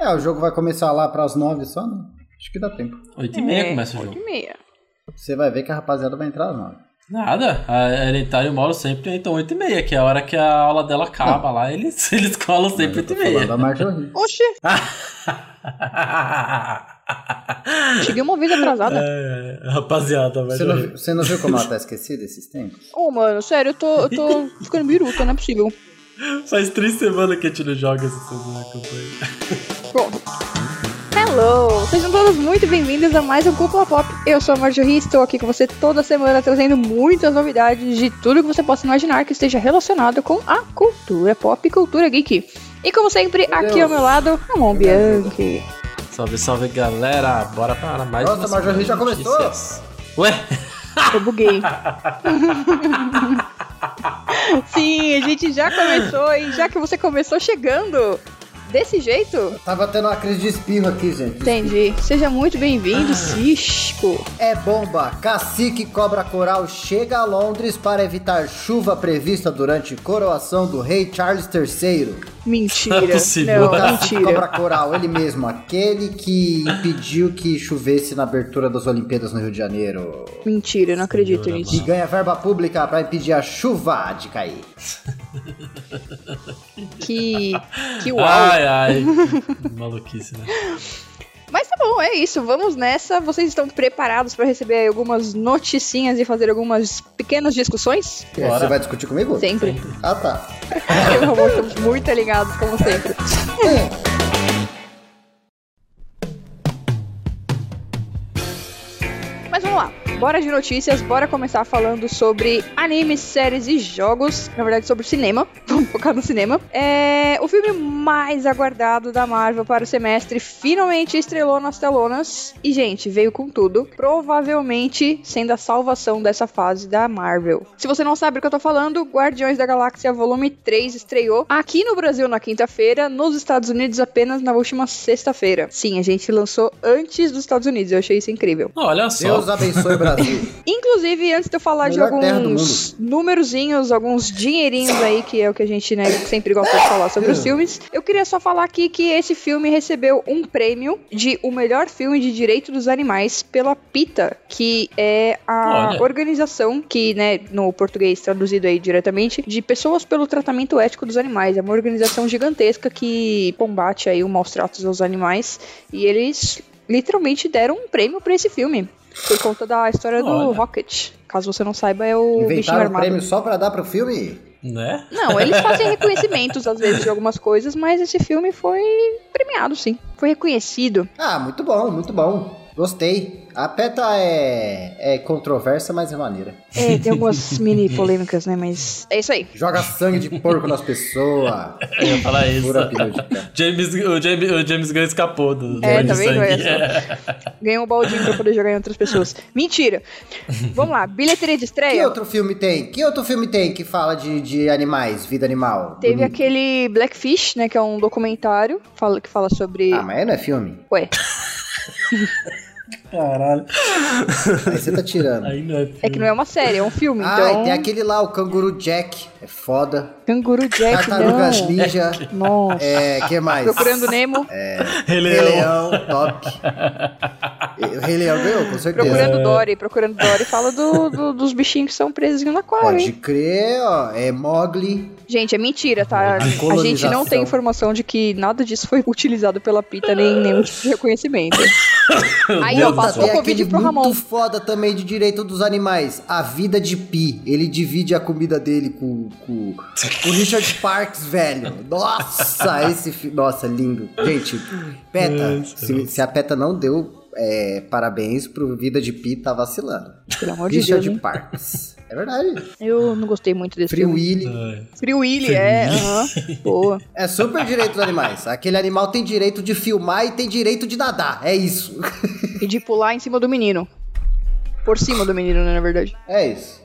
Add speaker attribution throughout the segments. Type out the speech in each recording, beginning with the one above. Speaker 1: É, o jogo vai começar lá para as nove só, né? Acho que dá tempo.
Speaker 2: Oito e meia
Speaker 3: É,
Speaker 2: começa o
Speaker 3: oito
Speaker 2: jogo.
Speaker 3: e meia.
Speaker 1: Você vai ver que a rapaziada vai entrar às nove.
Speaker 2: Nada, a Hereditário e o Mauro sempre então oito e meia, que é a hora que a aula dela acaba lá, eles, eles colam sempre
Speaker 1: Mas
Speaker 2: oito
Speaker 1: eu
Speaker 2: e
Speaker 1: tô falando
Speaker 2: meia.
Speaker 1: da Marjorie.
Speaker 3: Oxi, cheguei uma vez atrasada.
Speaker 2: É, rapaziada,
Speaker 1: Você não, viu- você não viu como ela tá esquecida esses tempos?
Speaker 3: Ô, mano, sério, eu tô, eu tô ficando biruta, não é possível.
Speaker 2: Faz três semanas que a gente não joga essa semana campanha.
Speaker 3: Pronto. Hello! Sejam todos muito bem-vindos a mais um Cúpula Pop. Eu sou a Marjorie e estou aqui com você toda semana trazendo muitas novidades de tudo que você possa imaginar que esteja relacionado com a cultura pop e cultura geek. E como sempre,
Speaker 1: Meu
Speaker 3: aqui
Speaker 1: Deus.
Speaker 3: ao meu lado, um Ramon Bianchi.
Speaker 2: Salve, salve galera, bora para mais
Speaker 1: Nossa,
Speaker 2: uma
Speaker 1: mas a gente já
Speaker 2: semana de
Speaker 1: começou?
Speaker 2: notícias. Ué,
Speaker 3: Eu buguei. Sim, a gente já começou e já que você começou chegendo desse jeito,
Speaker 1: Tava tendo uma crise de espirro aqui, gente.
Speaker 3: entendi. Seja muito
Speaker 2: Ah.
Speaker 3: bem-vindo, Cisco.
Speaker 1: É bomba! Cacique Cobra Coral chega a Londres para evitar chuva prevista durante coroação do rei Charles III.
Speaker 3: Mentira.
Speaker 2: Não é possível.
Speaker 3: Não,
Speaker 1: O Cacique Cobra
Speaker 3: mentira.
Speaker 1: Coral, ele mesmo, aquele que impediu que chovesse na abertura das Olimpíadas no Rio de Janeiro.
Speaker 3: Mentira, eu não acredito
Speaker 2: Senhora,
Speaker 1: E
Speaker 3: nisso.
Speaker 1: ganha verba pública para impedir a chuva de cair.
Speaker 3: Que. Que uau.
Speaker 2: ai, ai, que maluquice, né?
Speaker 3: Mas tá bom, é isso. Vamos nessa. Vocês estão preparados para receber aí algumas noticinhas e fazer algumas pequenas discussões?
Speaker 2: Bora.
Speaker 1: Você vai discutir comigo?
Speaker 3: Sempre.
Speaker 1: Ah, tá.
Speaker 3: Eu e o Ramon estamos muito ligados, como sempre. É.
Speaker 1: É,
Speaker 3: Mas vamos lá, bora de notícias, bora começar falando sobre animes, séries e jogos, na verdade sobre cinema, vamos focar no cinema. É, o filme mais aguardado da Marvel para o semestre finalmente estrelou nas telonas e, gente, veio com tudo, provavelmente sendo a salvação dessa fase da Marvel. Se você não sabe do que eu tô falando, Guardiões da Galáxia Volume 3 estreou aqui no Brasil na quinta-feira, nos Estados Unidos apenas na última sexta-feira. Sim, a gente lançou antes dos Estados Unidos, eu achei isso incrível.
Speaker 2: Não, olha só.
Speaker 1: Deus abençoe o Brasil.
Speaker 3: Inclusive, antes de eu falar de
Speaker 1: Melhor terra do
Speaker 3: alguns númerozinhos, alguns dinheirinhos aí, que é o que a gente né, sempre gosta de falar
Speaker 1: É.
Speaker 3: sobre os filmes, eu queria só falar aqui que esse filme recebeu um prêmio de o melhor filme de direito dos animais pela PITA, que é a
Speaker 2: Olha.
Speaker 3: organização que, né, no português traduzido aí diretamente, de pessoas pelo tratamento ético dos animais. É uma organização gigantesca que combate aí o maus tratos aos animais e eles literalmente deram um prêmio pra esse filme. Por conta da história do
Speaker 2: Olha.
Speaker 3: Rocket. Caso você não saiba, é o bichinho
Speaker 1: Inventaram o
Speaker 3: armado.
Speaker 1: prêmio só pra dar pro filme?
Speaker 2: Né?
Speaker 3: Não, eles fazem reconhecimentos às vezes de algumas coisas, mas esse filme foi premiado, sim. Foi reconhecido.
Speaker 1: Ah, muito bom, muito bom. Gostei. A PETA é, é controversa, mas é maneira.
Speaker 3: É, tem algumas mini polêmicas, né? Mas é isso aí.
Speaker 1: Joga sangue de porco nas pessoas.
Speaker 2: Eu ia falar isso.
Speaker 1: Pura pirulita.
Speaker 2: James, o, James, o James Gunn escapou do, do
Speaker 3: É,
Speaker 2: banho
Speaker 3: tá
Speaker 2: de
Speaker 3: vendo?
Speaker 2: sangue.
Speaker 3: É Ganhou um baldinho pra poder jogar em outras pessoas. Mentira! Vamos lá, bilheteria de
Speaker 1: Que
Speaker 3: estreia.
Speaker 1: outro filme tem? Que outro filme tem que fala de, de animais, vida animal?
Speaker 3: Teve
Speaker 1: Bonito.
Speaker 3: aquele Blackfish, né? Que é um documentário fala- que fala sobre.
Speaker 1: Ah, mas não é filme?
Speaker 3: Ué,
Speaker 2: Caralho.
Speaker 1: Aí você tá tirando.
Speaker 2: Aí não é filme.
Speaker 3: é que não é uma série, é um filme.
Speaker 1: Ah,
Speaker 3: então,
Speaker 1: e tem aquele lá, o Canguru Jack. É foda.
Speaker 3: Canguru Jack,
Speaker 1: Tartarugas
Speaker 3: não.
Speaker 1: Ninja.
Speaker 3: Nossa.
Speaker 1: É, que mais?
Speaker 3: Procurando Nemo,
Speaker 1: Rei
Speaker 2: Rei Leão.
Speaker 1: Leão, top. E- O Rei Leão ganhou, com certeza.
Speaker 3: procurando Dory, procurando Dory. Fala do, do- dos bichinhos que são presos no aquário,
Speaker 1: Pode
Speaker 3: hein?
Speaker 1: crer, ó. É Mogli.
Speaker 3: Gente, é mentira, tá? A gente não
Speaker 1: colonização.
Speaker 3: tem informação de que nada disso foi utilizado pela PITA, nem nenhum tipo de reconhecimento. Aí eu
Speaker 2: um Deus do
Speaker 3: passo
Speaker 2: céu.
Speaker 3: o
Speaker 1: Tem
Speaker 3: Covid
Speaker 1: aquele
Speaker 3: pro
Speaker 1: muito
Speaker 3: Ramon.
Speaker 1: foda também de direito dos animais. A vida de Pi. Ele divide a comida dele com, com, com o Richard Parks, velho. Nossa, esse filme. Nossa, lindo. Gente, PETA.
Speaker 2: Nossa.
Speaker 1: Se, se a PETA não deu é, parabéns pro Vida de Pi, tá vacilando.
Speaker 3: Pelo amor de Deus,
Speaker 1: Richard
Speaker 3: hein?
Speaker 1: Parks. É verdade.
Speaker 3: Eu não gostei muito desse
Speaker 1: Free
Speaker 3: filme.
Speaker 1: Willy.
Speaker 2: Ai.
Speaker 3: Free Willy,
Speaker 2: Free
Speaker 3: é.
Speaker 2: Willy.
Speaker 3: aham. Boa.
Speaker 1: É super direito dos animais. Aquele animal tem direito de filmar e tem direito de nadar. É isso.
Speaker 3: E de pular em cima do menino. Por cima do menino, né, na verdade.
Speaker 1: É isso.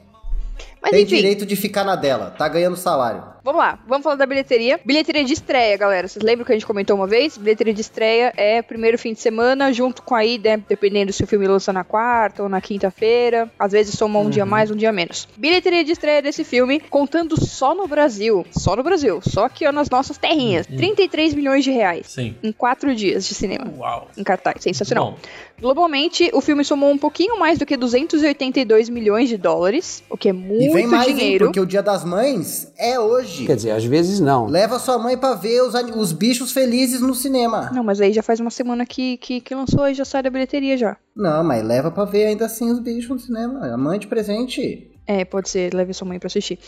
Speaker 3: Mas
Speaker 1: tem
Speaker 3: enfim.
Speaker 1: direito de ficar na dela. Tá ganhando salário.
Speaker 3: Vamos lá, vamos falar da bilheteria. Bilheteria de estreia, galera. Vocês lembram que a gente comentou uma vez? Bilheteria de estreia é primeiro fim de semana, junto com aí, né, dependendo se o filme lança na quarta ou na quinta-feira. Às vezes soma um dia mais, um dia menos. Bilheteria de estreia desse filme, contando só no Brasil. Só no Brasil. Só aqui ó, nas nossas terrinhas. 33 milhões de reais.
Speaker 2: É, Sim.
Speaker 3: Em quatro dias de cinema.
Speaker 2: Uau.
Speaker 3: Em cartaz.
Speaker 1: Tá
Speaker 3: Sensacional.
Speaker 2: Bom,
Speaker 3: Globalmente, o filme somou um pouquinho mais do que 282 milhões de dólares, o que é muito
Speaker 1: E vem mais, hein,
Speaker 3: dinheiro.
Speaker 1: porque o Dia das Mães é hoje.
Speaker 4: Quer dizer, às vezes não.
Speaker 1: Leva sua mãe pra ver os, ani- os bichos felizes no cinema.
Speaker 3: Não, mas aí já faz uma semana que, que, que lançou e já sai da bilheteria já.
Speaker 1: Não, mas leva pra ver ainda assim os bichos no cinema. A mãe de presente.
Speaker 3: É, pode ser, leve sua mãe pra assistir.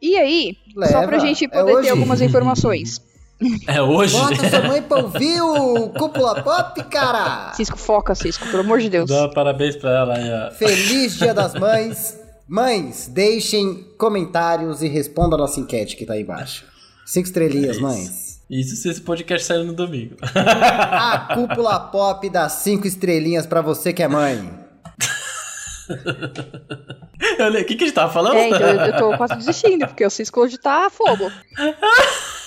Speaker 3: E aí,
Speaker 1: Leva.
Speaker 3: só pra gente
Speaker 1: É
Speaker 3: poder ter
Speaker 1: hoje.
Speaker 3: algumas informações.
Speaker 2: é hoje.
Speaker 1: Bota sua mãe pra ouvir o Cúpula Pop, cara!
Speaker 3: Cisco, foca, Cisco, pelo amor de Deus.
Speaker 2: Dá parabéns pra ela aí, ó.
Speaker 1: Feliz Dia das Mães. Mães, deixem comentários e respondam a nossa enquete que tá aí embaixo. Cinco estrelinhas,
Speaker 2: É isso.
Speaker 1: mães.
Speaker 2: Isso se esse podcast sair no domingo.
Speaker 1: A Cúpula Pop dá cinco estrelinhas pra você que é mãe.
Speaker 2: Eu li- O que, que a gente tava falando?
Speaker 3: É, então eu, eu tô quase desistindo, porque o Cisco hoje tá a fogo.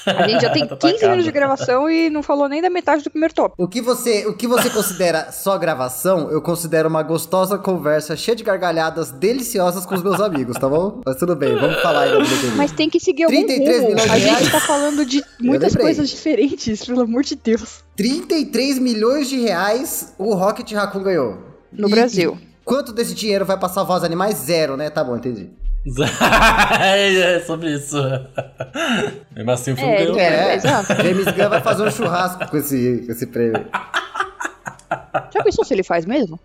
Speaker 3: A gente já tem
Speaker 2: Tá
Speaker 3: 15
Speaker 2: atacado.
Speaker 3: minutos de gravação e não falou nem da metade do primeiro top.
Speaker 1: O que você, o que você considera só gravação, eu considero uma gostosa conversa cheia de gargalhadas deliciosas com os meus amigos, tá bom? Mas tudo bem, vamos falar aí da bilheteria.
Speaker 3: Mas tem que seguir algum
Speaker 1: 33
Speaker 3: rumo.
Speaker 1: milhões
Speaker 3: A
Speaker 1: de
Speaker 3: gente
Speaker 1: reais.
Speaker 3: tá falando de muitas
Speaker 1: lembrei.
Speaker 3: coisas diferentes, pelo amor de Deus.
Speaker 1: 33 milhões de reais o Rocket Raccoon ganhou.
Speaker 3: No
Speaker 1: E-
Speaker 3: Brasil.
Speaker 1: e Quanto desse dinheiro vai pra salvar os animais? Zero, né? Tá bom, entendi.
Speaker 2: é sobre isso. Mesmo assim, o filme
Speaker 3: É,
Speaker 2: ganhou.
Speaker 3: é. exato.
Speaker 1: James Gunn vai fazer um churrasco com esse, com esse prêmio.
Speaker 3: Já pensou se ele faz mesmo?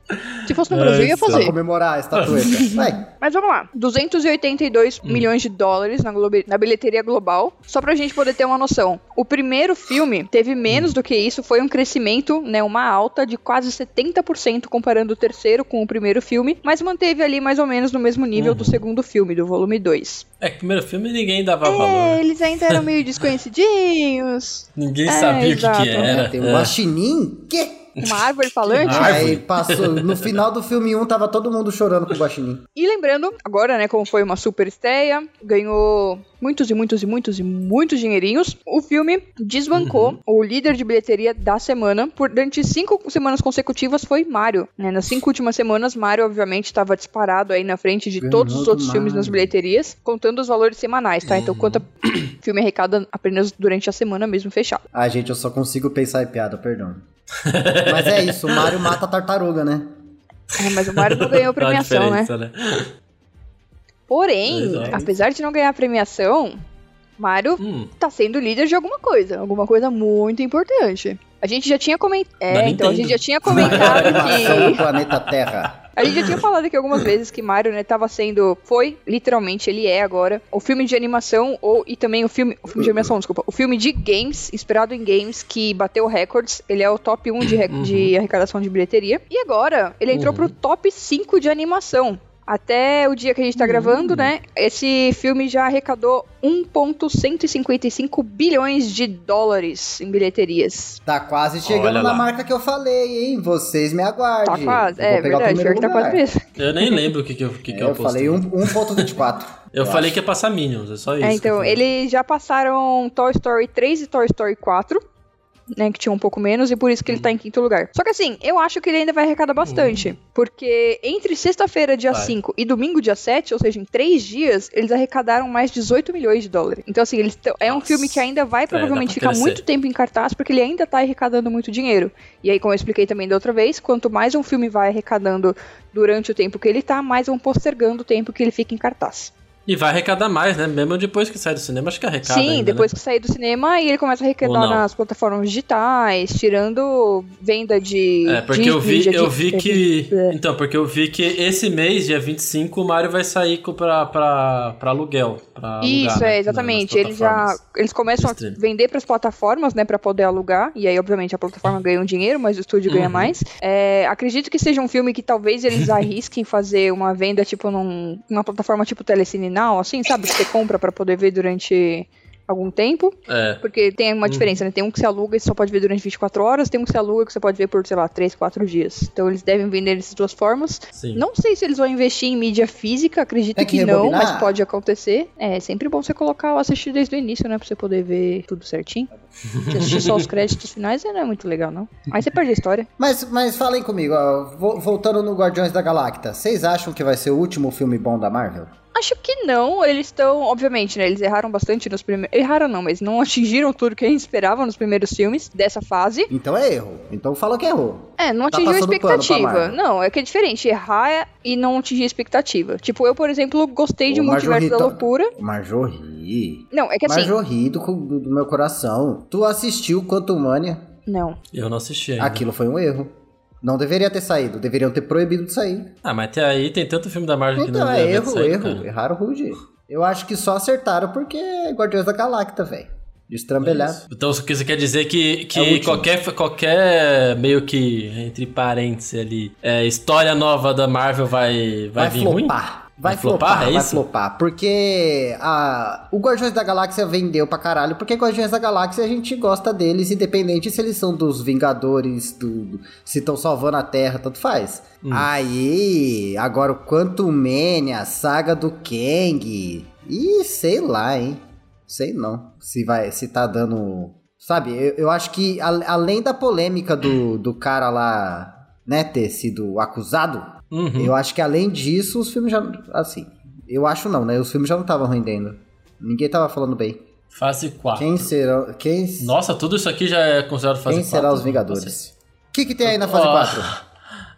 Speaker 3: Se fosse no
Speaker 2: É,
Speaker 3: Brasil, eu ia
Speaker 2: isso.
Speaker 1: Pra
Speaker 3: fazer.
Speaker 1: comemorar a estatueta. Vai.
Speaker 3: Mas vamos lá. 282 milhões de dólares na, globe- na bilheteria global. Só pra gente poder ter uma noção. O primeiro filme teve menos do que isso. Foi um crescimento, né? Uma alta de quase 70% comparando o terceiro com o primeiro filme. Mas manteve ali mais ou menos no mesmo nível do segundo filme, do volume 2.
Speaker 2: É que o primeiro filme ninguém dava
Speaker 3: É,
Speaker 2: valor.
Speaker 3: eles ainda eram meio desconhecidinhos.
Speaker 2: Ninguém
Speaker 3: é,
Speaker 2: sabia o que,
Speaker 3: exato.
Speaker 2: que
Speaker 1: É,
Speaker 2: era.
Speaker 1: tem um guaxinim? Que?
Speaker 3: Uma árvore falante.
Speaker 2: Árvore.
Speaker 1: Aí passou. No final do filme 1, tava todo mundo chorando com o guaxinim.
Speaker 3: E lembrando, agora, né, como foi uma super estreia, ganhou muitos e muitos e muitos e muitos dinheirinhos, o filme desbancou
Speaker 1: Uhum.
Speaker 3: o líder de bilheteria da semana. Por, durante cinco semanas consecutivas foi Mario. né? Nas cinco últimas semanas, Mario, obviamente, estava disparado aí na frente de
Speaker 1: Ganhou
Speaker 3: todos os
Speaker 1: do
Speaker 3: outros filmes
Speaker 1: Mario. Uhum.
Speaker 3: nas bilheterias, contando os valores semanais, tá? Então, quanto a- filme arrecada apenas durante a semana mesmo fechado.
Speaker 1: Ai, gente, eu só consigo pensar em piada, perdão. Mas é isso, o Mario mata a tartaruga, né?
Speaker 3: É, mas o Mario não ganhou
Speaker 1: Tá
Speaker 2: Dá uma
Speaker 3: premiação, né?
Speaker 2: diferença, né?
Speaker 3: Porém,
Speaker 2: Exato.
Speaker 3: apesar de não ganhar premiação, Mario
Speaker 2: Hum,
Speaker 3: tá sendo líder de alguma coisa, alguma coisa muito importante. A gente já tinha comentado. É, então a
Speaker 2: Nintendo.
Speaker 3: gente já tinha
Speaker 1: Melhor
Speaker 3: comentado
Speaker 1: animação do
Speaker 3: que.
Speaker 1: planeta Terra.
Speaker 3: A gente já tinha falado aqui algumas vezes que Mario, né, tava sendo. Foi, literalmente, ele é agora. O filme de animação, ou e também o filme. O filme de animação, desculpa. O filme de games, inspirado em games, que bateu recordes. Ele é o top 1 de, re-
Speaker 2: Uhum.
Speaker 3: de arrecadação de bilheteria. E agora, ele entrou
Speaker 2: Uhum.
Speaker 3: pro top 5 de animação. Até o dia que a gente tá
Speaker 1: Uhum.
Speaker 3: gravando, né? Esse filme já arrecadou 1,155 bilhões de dólares em bilheterias.
Speaker 1: Tá quase chegando
Speaker 2: Olha
Speaker 1: na
Speaker 2: lá.
Speaker 1: marca que eu falei, hein? Vocês me
Speaker 3: Tá
Speaker 1: aguardem.
Speaker 3: quase.
Speaker 1: Eu vou
Speaker 3: É
Speaker 1: pegar o
Speaker 3: verdade, pior
Speaker 1: primeiro
Speaker 3: que tá quase
Speaker 1: lugar.
Speaker 3: mesmo.
Speaker 2: eu nem lembro o que, que, eu- o que, que
Speaker 1: É, eu
Speaker 2: apostei.
Speaker 1: falei um- 1.24.
Speaker 2: Eu
Speaker 1: eu
Speaker 2: falei
Speaker 1: acho.
Speaker 2: que ia passar Minions, é só isso.
Speaker 3: É,
Speaker 2: que eu
Speaker 3: então,
Speaker 2: falei.
Speaker 3: eles já passaram Toy Story 3 e Toy Story 4. Né, que tinha um pouco menos, e por isso que ele tá em
Speaker 2: Uhum.
Speaker 3: quinto lugar. Só que assim, eu acho que ele ainda vai arrecadar bastante. Porque entre sexta-feira, dia
Speaker 2: Vai.
Speaker 3: 5 e domingo, dia 7, ou seja, em três dias, eles arrecadaram mais 18 milhões de dólares. Então, assim, eles tão- é um
Speaker 2: Nossa.
Speaker 3: filme que ainda vai
Speaker 2: pra
Speaker 3: provavelmente ficar
Speaker 2: crescer.
Speaker 3: muito tempo em cartaz, porque ele ainda tá arrecadando muito dinheiro. E aí, como eu expliquei também da outra vez, quanto mais um filme vai arrecadando durante o tempo que ele tá, mais vão postergando o tempo que ele fica em cartaz.
Speaker 2: E vai arrecadar mais, né? Mesmo depois que sai do cinema, acho que arrecada.
Speaker 3: Sim,
Speaker 2: ainda,
Speaker 3: depois
Speaker 2: Né?
Speaker 3: que sair do cinema, aí ele começa a
Speaker 2: Ou
Speaker 3: arrecadar
Speaker 2: não.
Speaker 3: nas plataformas digitais, tirando venda de.
Speaker 2: É, porque
Speaker 3: de
Speaker 2: eu vi,
Speaker 3: mídia, de-
Speaker 2: eu vi que.
Speaker 3: É.
Speaker 2: Então, porque eu vi que esse mês, dia 25, o Mario vai sair co- pra, pra, pra aluguel. Pra alugar,
Speaker 3: Isso,
Speaker 2: né?
Speaker 3: é,
Speaker 2: Na-
Speaker 3: exatamente.
Speaker 2: nas
Speaker 3: Eles já.
Speaker 2: plataformas.
Speaker 3: Eles começam a
Speaker 2: Streaming.
Speaker 3: vender pras plataformas, né, pra poder alugar. E aí, obviamente, a plataforma ganha um dinheiro, mas o estúdio ganha
Speaker 2: Uhum.
Speaker 3: mais. É, acredito que seja um filme que talvez eles arrisquem fazer uma venda, tipo, num, numa plataforma tipo Telecine Now, assim, sabe? Que você compra pra poder ver durante. algum tempo.
Speaker 2: É.
Speaker 3: Porque tem uma diferença, né? Tem um que se aluga e só pode ver durante 24 horas, tem um que se aluga que você pode ver por, sei lá, 3, 4 dias. Então eles devem vender dessas duas formas.
Speaker 2: Sim.
Speaker 3: Não sei se eles vão investir em mídia física, acredito
Speaker 1: Tem
Speaker 3: que,
Speaker 1: que
Speaker 3: não,
Speaker 1: rebobinar?
Speaker 3: mas pode acontecer. É sempre bom você colocar o assistir desde o início, né? Pra você poder ver tudo certinho. Se assistir só os créditos finais, aí não é muito legal, não. Aí você perde a história.
Speaker 1: Mas, mas falem comigo, ó, vo- voltando no Guardiões da Galacta, vocês acham que vai ser o último filme bom da Marvel?
Speaker 3: Acho que não, eles estão, obviamente, né? Eles erraram bastante nos primeiros. Erraram não, mas não atingiram tudo que a gente esperava nos primeiros filmes dessa fase.
Speaker 1: Então é erro. Então fala que errou.
Speaker 3: É, não
Speaker 1: Tá
Speaker 3: atingiu a
Speaker 1: passando pano pra
Speaker 3: expectativa.
Speaker 1: Marvel.
Speaker 3: Não, é que é diferente. Errar é- e não atingir a expectativa. Tipo, eu, por exemplo, gostei de
Speaker 1: Ô,
Speaker 3: Multiverso da
Speaker 1: Marjorie, tá-
Speaker 3: Loucura.
Speaker 1: Marjorie.
Speaker 3: Não, é que assim.
Speaker 1: Marjorie do, cu- do, do meu coração. Tu assistiu Quantum Mania?
Speaker 3: Não.
Speaker 2: Eu não assisti ainda.
Speaker 1: Aquilo foi um erro. Não deveria ter saído. Deveriam ter proibido de sair.
Speaker 2: Ah, mas até aí tem tanto filme da Marvel que
Speaker 1: então
Speaker 2: não
Speaker 1: é
Speaker 2: deve
Speaker 1: erro,
Speaker 2: sair,
Speaker 1: erro.
Speaker 2: cara.
Speaker 1: Erraram rude. Eu acho que só acertaram porque é Guardiões da Galacta, velho. Destrambelhado.
Speaker 2: Então isso que- isso quer dizer que, que
Speaker 1: É o último.
Speaker 2: qualquer, qualquer meio que, entre parênteses ali, é, história nova da Marvel vai, vai, vir ruim?
Speaker 1: flopar. Vai, flopar,
Speaker 2: é
Speaker 1: vai
Speaker 2: isso?
Speaker 1: flopar. Porque a, o Guardiões da Galáxia vendeu pra caralho. Porque Guardiões da Galáxia a gente gosta deles, independente se eles são dos Vingadores, do, do- se estão salvando a Terra, tanto faz.
Speaker 2: Hum.
Speaker 1: Aí, agora o Quantum Mania, a saga do Kang. E sei lá, hein? Sei não. Se vai, se tá dando. Sabe, eu, eu acho que a- além da polêmica do, do cara lá, né, ter sido acusado
Speaker 2: Uhum.
Speaker 1: eu acho que além disso, os filmes já. Assim, eu acho não, né? Os filmes já não estavam rendendo. Ninguém tava falando bem.
Speaker 2: Fase 4.
Speaker 1: Quem serão. Quem,
Speaker 2: Nossa, tudo isso aqui já é considerado fase
Speaker 1: quem
Speaker 2: 4.
Speaker 1: será os Vingadores? O que, que tem aí na fase
Speaker 2: Ó,
Speaker 1: 4?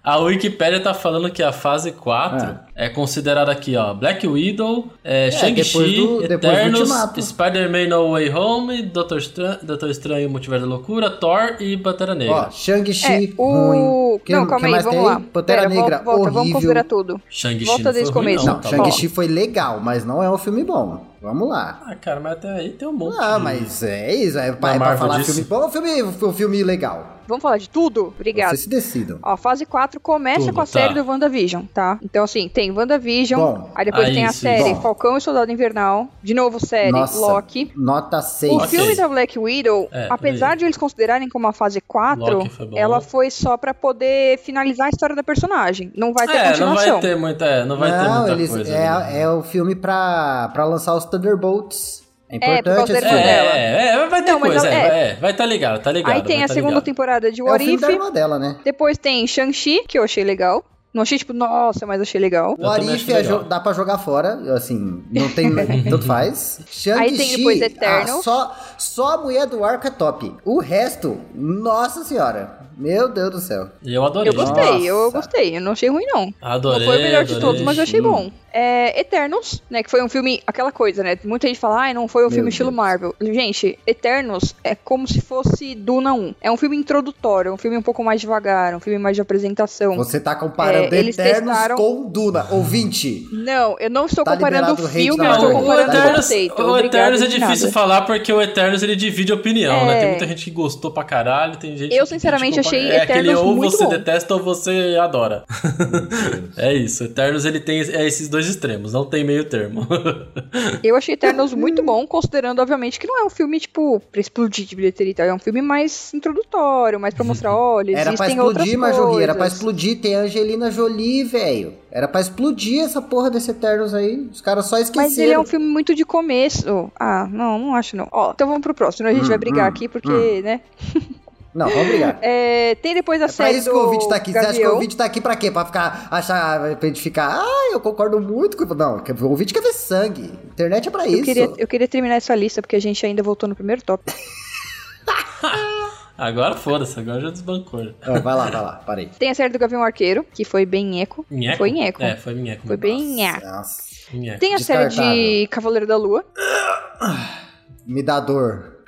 Speaker 2: A Wikipédia tá falando que a fase 4 é considerada aqui, ó, Black Widow, é,
Speaker 1: depois
Speaker 2: Shang-Chi,
Speaker 1: do- depois do
Speaker 2: Eternos,
Speaker 1: Ultimato.
Speaker 2: Spider-Man No Way Home, Doutor, Estran Doutor Estranho Multiverso da Loucura, Thor e Batera
Speaker 1: Ó,
Speaker 2: Negra.
Speaker 1: Shang-Chi,
Speaker 3: É, o.
Speaker 1: ruim. Que-
Speaker 3: não,
Speaker 1: que
Speaker 3: calma aí,
Speaker 1: mais
Speaker 3: vamos
Speaker 1: tem?
Speaker 3: lá.
Speaker 1: Pantera
Speaker 3: Pera, vol-
Speaker 1: Negra,
Speaker 3: volta, vamos
Speaker 1: horrível.
Speaker 3: considerar tudo.
Speaker 2: Shang-Chi
Speaker 3: Volta
Speaker 2: não foi
Speaker 3: desde o
Speaker 2: ruim,
Speaker 3: começo. então.
Speaker 1: Não,
Speaker 2: tá
Speaker 1: Shang-Chi foi legal, mas não é um filme bom. Vamos lá.
Speaker 2: bom. Ah, cara, mas até aí tem um monte.
Speaker 1: Ah,
Speaker 2: de-
Speaker 1: mas é isso. É pra, é pra
Speaker 2: Marvel
Speaker 1: falar
Speaker 2: disse.
Speaker 1: filme bom ou filme, ou filme legal?
Speaker 3: Vamos falar de tudo? Obrigada.
Speaker 1: Vocês se decidam.
Speaker 3: Ó, fase 4 começa
Speaker 2: Tudo,
Speaker 3: com
Speaker 2: tá.
Speaker 3: a série do WandaVision, tá? Então, assim, tem WandaVision,
Speaker 1: Bom.
Speaker 3: aí depois
Speaker 2: Ah,
Speaker 3: tem a
Speaker 2: isso,
Speaker 3: série
Speaker 1: isso.
Speaker 3: Falcão e Soldado Invernal, de novo série
Speaker 1: Nossa,
Speaker 3: Loki.
Speaker 1: Nota 6.
Speaker 3: O
Speaker 2: Ok.
Speaker 3: filme da Black Widow,
Speaker 2: É,
Speaker 3: apesar
Speaker 2: peraí.
Speaker 3: de eles considerarem como a fase 4,
Speaker 2: Loki foi bom.
Speaker 3: ela foi só pra poder finalizar a história da personagem. Não vai ter
Speaker 2: É, não
Speaker 3: continuação.
Speaker 2: vai ter muita, é, não vai ter muita coisa. ali,
Speaker 1: É,
Speaker 2: né?
Speaker 1: é o filme pra, pra lançar os Thunderbolts. É
Speaker 3: É, por causa
Speaker 1: importante esse
Speaker 3: da irmã
Speaker 1: filme.
Speaker 3: dela.
Speaker 2: é, é, é, vai ter
Speaker 3: Não, mas
Speaker 2: coisa,
Speaker 3: não-
Speaker 2: é,
Speaker 3: é.
Speaker 2: vai- é, vai tá ligado, tá ligado.
Speaker 3: Aí tem
Speaker 2: vai
Speaker 3: a
Speaker 2: tá
Speaker 3: segunda
Speaker 2: ligado.
Speaker 3: temporada de
Speaker 1: É o
Speaker 3: What
Speaker 1: filme
Speaker 3: If,
Speaker 1: da irmã dela, né?
Speaker 3: depois tem Shang-Chi, que eu achei legal. Não achei, tipo, nossa, mas achei legal.
Speaker 1: O
Speaker 2: Eu também
Speaker 1: Arif é
Speaker 2: acho legal.
Speaker 1: dá pra jogar fora, assim, não tem. tanto faz.
Speaker 3: Aí tem depois
Speaker 1: Shang-Chi, ah,
Speaker 3: Eterno.
Speaker 1: só, só a mulher do arco é top. O resto, nossa senhora. Meu Deus do céu.
Speaker 2: Eu adorei.
Speaker 3: Eu gostei, eu
Speaker 1: Nossa.
Speaker 3: gostei. Eu não achei ruim, não.
Speaker 2: Adorei.
Speaker 3: não foi o melhor de
Speaker 2: adorei.
Speaker 3: todos, mas eu achei bom. É, Eternos, né? Que foi um filme, aquela coisa, né? Muita gente fala, ai, não foi um
Speaker 1: Meu
Speaker 3: filme estilo
Speaker 1: Deus.
Speaker 3: Marvel. Gente, Eternos é como se fosse Duna 1. É um filme introdutório, é um filme um pouco mais devagar, um filme mais de apresentação.
Speaker 1: Você tá comparando
Speaker 3: É, eles
Speaker 1: Eternos
Speaker 3: testaram-
Speaker 1: com Duna, ouvinte.
Speaker 3: Não, eu não estou
Speaker 1: Tá
Speaker 3: comparando
Speaker 1: liberado
Speaker 3: o
Speaker 1: o hate
Speaker 3: filme,
Speaker 1: da
Speaker 3: eu estou
Speaker 1: Marvel. Tá
Speaker 2: O
Speaker 3: comparando o
Speaker 2: Eternos,
Speaker 3: conceito.
Speaker 2: o
Speaker 3: Obrigada
Speaker 2: Eternos é
Speaker 3: de
Speaker 2: difícil
Speaker 3: nada.
Speaker 2: falar porque o Eternos ele divide opinião, né?
Speaker 3: É.
Speaker 2: Tem muita gente que gostou pra caralho, tem gente
Speaker 3: Eu,
Speaker 2: que
Speaker 3: sinceramente,
Speaker 2: criticou pra-
Speaker 3: achei
Speaker 2: é aquele
Speaker 3: Eternos
Speaker 2: ou
Speaker 3: muito
Speaker 2: você
Speaker 3: bom.
Speaker 2: detesta ou você adora. é isso, Eternos ele tem é esses dois extremos, não tem meio termo.
Speaker 3: Eu achei Eternos muito bom, considerando, obviamente, que não é um filme, tipo, pra explodir de bilheteria e tal. É um filme mais introdutório, mais pra mostrar, olha,
Speaker 1: Era pra
Speaker 3: existem outras
Speaker 1: explodir, Marjorie, era pra
Speaker 3: coisas.
Speaker 1: explodir. Tem a Angelina Jolie, velho. Era pra explodir essa porra desse Eternos aí. Os caras só esqueceram.
Speaker 3: Mas ele é um filme muito de começo. Ah, não, não acho não. Ó, então vamos pro próximo. A gente
Speaker 1: Hum,
Speaker 3: vai brigar
Speaker 1: hum,
Speaker 3: aqui porque, né?
Speaker 1: Não, vamos brigar.
Speaker 3: É, tem depois a
Speaker 1: É pra
Speaker 3: série
Speaker 1: isso
Speaker 3: é do
Speaker 1: que o ouvinte tá aqui. Você acha que o
Speaker 3: Gavião.
Speaker 1: ouvinte tá aqui pra quê? Pra ficar, achar, pra gente ficar, ah, eu concordo muito com... Não, o ouvinte quer ver sangue. Internet é pra
Speaker 3: Eu
Speaker 1: isso.
Speaker 3: queria, eu queria terminar essa lista porque a gente ainda voltou no primeiro top.
Speaker 2: agora foda-se, agora já desbancou.
Speaker 1: Ah, vai lá, vai lá, parei.
Speaker 3: Tem a série do Gavião Arqueiro, que foi bem eco.
Speaker 2: Minheco?
Speaker 3: Foi em eco.
Speaker 2: É, foi minheco.
Speaker 3: Foi bem eco.
Speaker 1: Nossa,
Speaker 2: Minheco.
Speaker 3: Tem a série de
Speaker 1: Descartável.
Speaker 3: Cavaleiro da Lua,
Speaker 1: me dá dor.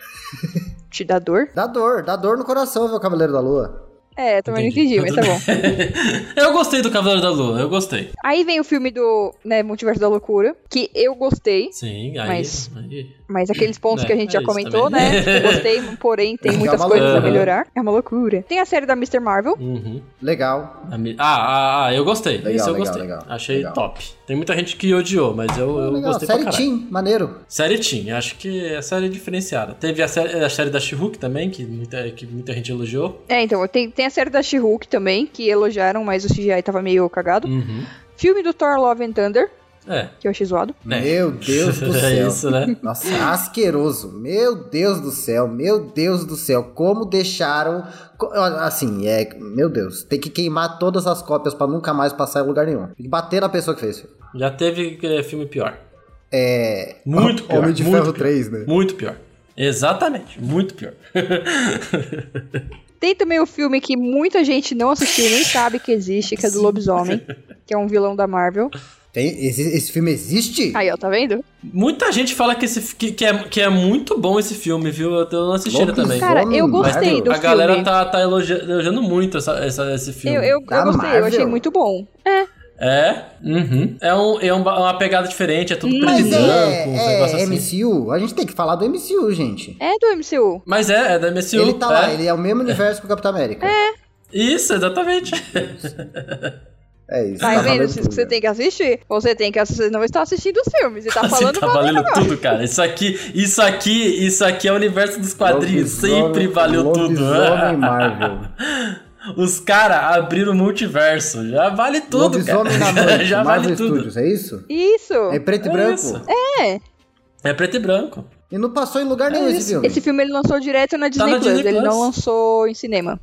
Speaker 3: te dá dor.
Speaker 1: Dá dor, dá dor no coração, viu, Cavaleiro da Lua.
Speaker 3: É, também não entendi, mas tá bom.
Speaker 2: bom. eu gostei do Cavaleiro da Lua, eu gostei.
Speaker 3: Aí vem o filme do né, Multiverso da Loucura, que eu gostei.
Speaker 2: Sim, aí.
Speaker 3: Mas-
Speaker 2: aí-
Speaker 3: Mas aqueles pontos
Speaker 2: É,
Speaker 3: que a gente
Speaker 2: é
Speaker 3: já
Speaker 2: isso
Speaker 3: comentou,
Speaker 2: também.
Speaker 3: né? Tipo, gostei, porém tem
Speaker 1: É
Speaker 3: muitas
Speaker 1: uma
Speaker 3: coisas a
Speaker 2: loucura.
Speaker 3: melhorar. É uma loucura. Tem a série da Mr. Marvel,
Speaker 2: Uhum.
Speaker 1: Legal.
Speaker 2: A mi- Ah, ah, ah, eu gostei.
Speaker 1: Legal,
Speaker 2: Esse eu
Speaker 1: legal,
Speaker 2: gostei.
Speaker 1: legal,
Speaker 2: Achei
Speaker 1: legal.
Speaker 2: top. Tem muita gente que odiou, mas eu, eu
Speaker 1: Legal,
Speaker 2: gostei
Speaker 1: série
Speaker 2: pra caralho.
Speaker 1: Team, maneiro.
Speaker 2: Série Team, acho que é série diferenciada. Teve a série, a série da She-Hulk também, que muita, que muita gente elogiou.
Speaker 3: É, então, tem, tem a série da She-Hulk também, que elogiaram, mas o CGI tava meio cagado.
Speaker 2: Uhum.
Speaker 3: Filme do Thor Love and Thunder,
Speaker 2: É,
Speaker 3: que eu achei zoado.
Speaker 2: né?
Speaker 1: Meu Deus do
Speaker 2: é
Speaker 1: céu.
Speaker 2: isso, né?
Speaker 1: Nossa, asqueroso. Meu Deus do céu, meu Deus do céu. Como deixaram. co- Assim, é. Meu Deus. Tem que queimar todas as cópias pra nunca mais passar em lugar nenhum. Tem que bater na pessoa que fez.
Speaker 2: Já teve é, filme pior.
Speaker 1: É.
Speaker 2: Muito pior.
Speaker 1: Homem de
Speaker 2: muito
Speaker 1: Ferro
Speaker 2: pior,
Speaker 1: 3, né?
Speaker 2: Muito pior. Exatamente, muito pior.
Speaker 3: Tem também o filme que muita gente não assistiu, nem sabe que existe, que é do Lobisomem, que é um vilão da Marvel.
Speaker 1: Tem- esse, esse filme existe?
Speaker 3: Aí, ó, tá vendo?
Speaker 2: Muita gente fala que, esse, que, que é, que é muito bom esse filme, viu? Eu tô- eu não assistindo
Speaker 1: Louco,
Speaker 2: também.
Speaker 1: cara,
Speaker 3: Cara,
Speaker 1: Homem
Speaker 3: eu gostei
Speaker 1: Marvel.
Speaker 3: do
Speaker 2: A
Speaker 3: filme.
Speaker 2: galera tá, tá elogia- elogiando muito essa- essa- esse filme.
Speaker 3: Eu, eu, eu
Speaker 1: Da
Speaker 3: gostei, eu achei
Speaker 1: Marvel?
Speaker 3: muito bom. É,
Speaker 2: É? Uhum. É, um, é um ba- uma pegada diferente, é tudo preto e
Speaker 1: Mas
Speaker 2: branco,
Speaker 1: é,
Speaker 2: uns negócios
Speaker 1: é
Speaker 2: assim.
Speaker 1: MCU? A gente tem que falar do MCU, gente.
Speaker 3: é do MCU.
Speaker 2: Mas é, é da MCU.
Speaker 1: Ele tá
Speaker 2: é.
Speaker 1: lá, ele é o mesmo universo que o Capitão América. É,
Speaker 2: Isso, exatamente.
Speaker 1: É isso.
Speaker 3: Tá vendo
Speaker 1: valendo
Speaker 3: isso que
Speaker 1: tudo.
Speaker 3: você tem que assistir? Você tem que assistir, não está assistindo os filmes, e tá
Speaker 2: Você
Speaker 3: falando
Speaker 2: tá
Speaker 3: mal do
Speaker 2: valendo
Speaker 3: negócio.
Speaker 2: tudo, cara. Isso aqui, isso aqui, isso aqui é o universo dos quadrinhos.
Speaker 1: Lobisomem-
Speaker 2: Sempre valeu tudo. né?
Speaker 1: Lobisomem Marvel.
Speaker 2: Os caras abriram o multiverso. Já vale tudo,
Speaker 1: Lobisomem
Speaker 2: cara.
Speaker 1: na noite,
Speaker 2: Já
Speaker 1: Marvel
Speaker 2: vale tudo.
Speaker 1: Studios, é isso?
Speaker 3: Isso!
Speaker 1: É preto e
Speaker 2: É
Speaker 1: branco.
Speaker 2: isso.
Speaker 3: É.
Speaker 2: É preto e branco.
Speaker 1: E não passou em lugar nenhum esse filme.
Speaker 3: Esse filme ele lançou direto na Disney,
Speaker 2: Tá na
Speaker 3: Plus,
Speaker 2: Disney
Speaker 3: ele
Speaker 2: Plus.
Speaker 3: não lançou em cinema.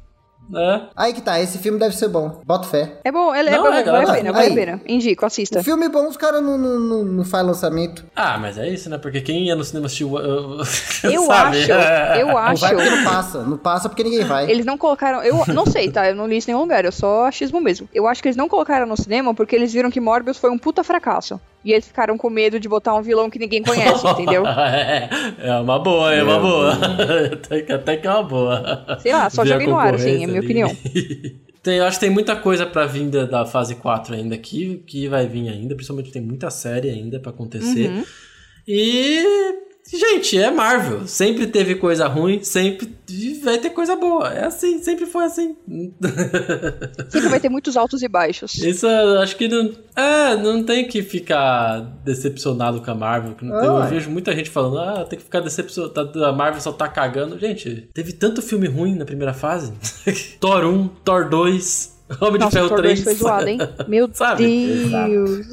Speaker 2: né?
Speaker 1: Aí que tá, esse filme deve ser bom. Bota fé.
Speaker 3: É bom, ele é
Speaker 2: Não,
Speaker 3: bom,
Speaker 2: é
Speaker 3: vale a
Speaker 2: legal.
Speaker 3: pena, vale a
Speaker 1: Aí.
Speaker 3: pena. Indico, assista.
Speaker 1: O filme bom, os caras não, não, não, não faz lançamento.
Speaker 2: Ah, mas é isso, né? Porque quem ia no cinema assistir o- o-
Speaker 3: Eu
Speaker 2: sabe?
Speaker 3: acho, eu
Speaker 1: Não
Speaker 3: acho.
Speaker 1: vai porque não passa. Não passa porque ninguém vai.
Speaker 2: é.
Speaker 3: Eles não colocaram. Eu não sei, tá? Eu não li isso em nenhum lugar, eu só achismo mesmo. Eu acho que eles não colocaram no cinema porque eles viram que Morbius foi um puta fracasso. E eles ficaram com medo de botar um vilão que ninguém conhece, entendeu?
Speaker 2: é, é uma boa, é uma
Speaker 1: Meu
Speaker 2: boa. Até que- Até que é uma boa.
Speaker 3: Sei lá, só
Speaker 2: Ver a
Speaker 3: joguei no ar, assim, é
Speaker 2: concorrência ali.
Speaker 3: minha opinião.
Speaker 2: Tem, eu acho que tem muita coisa pra vir da, da fase 4 ainda aqui, que vai vir ainda, principalmente tem muita série ainda pra acontecer.
Speaker 3: Uhum.
Speaker 2: E, gente, é Marvel. Sempre teve coisa ruim, sempre vai ter coisa boa. É assim, sempre foi assim.
Speaker 3: Sempre vai ter muitos altos e baixos.
Speaker 2: Isso eu acho que não. É, não tem que ficar decepcionado com a Marvel. que não tem-
Speaker 1: Ah,
Speaker 2: eu
Speaker 1: é.
Speaker 2: vejo muita gente falando, ah, tem que ficar decepcionado. A Marvel só tá cagando. Gente, teve tanto filme ruim na primeira fase: Thor 1, Thor 2, Homem de
Speaker 3: Nossa,
Speaker 2: Ferro
Speaker 3: o Thor 2
Speaker 2: 3.
Speaker 3: foi zoado, hein? Meu
Speaker 2: Sabe?
Speaker 3: Deus.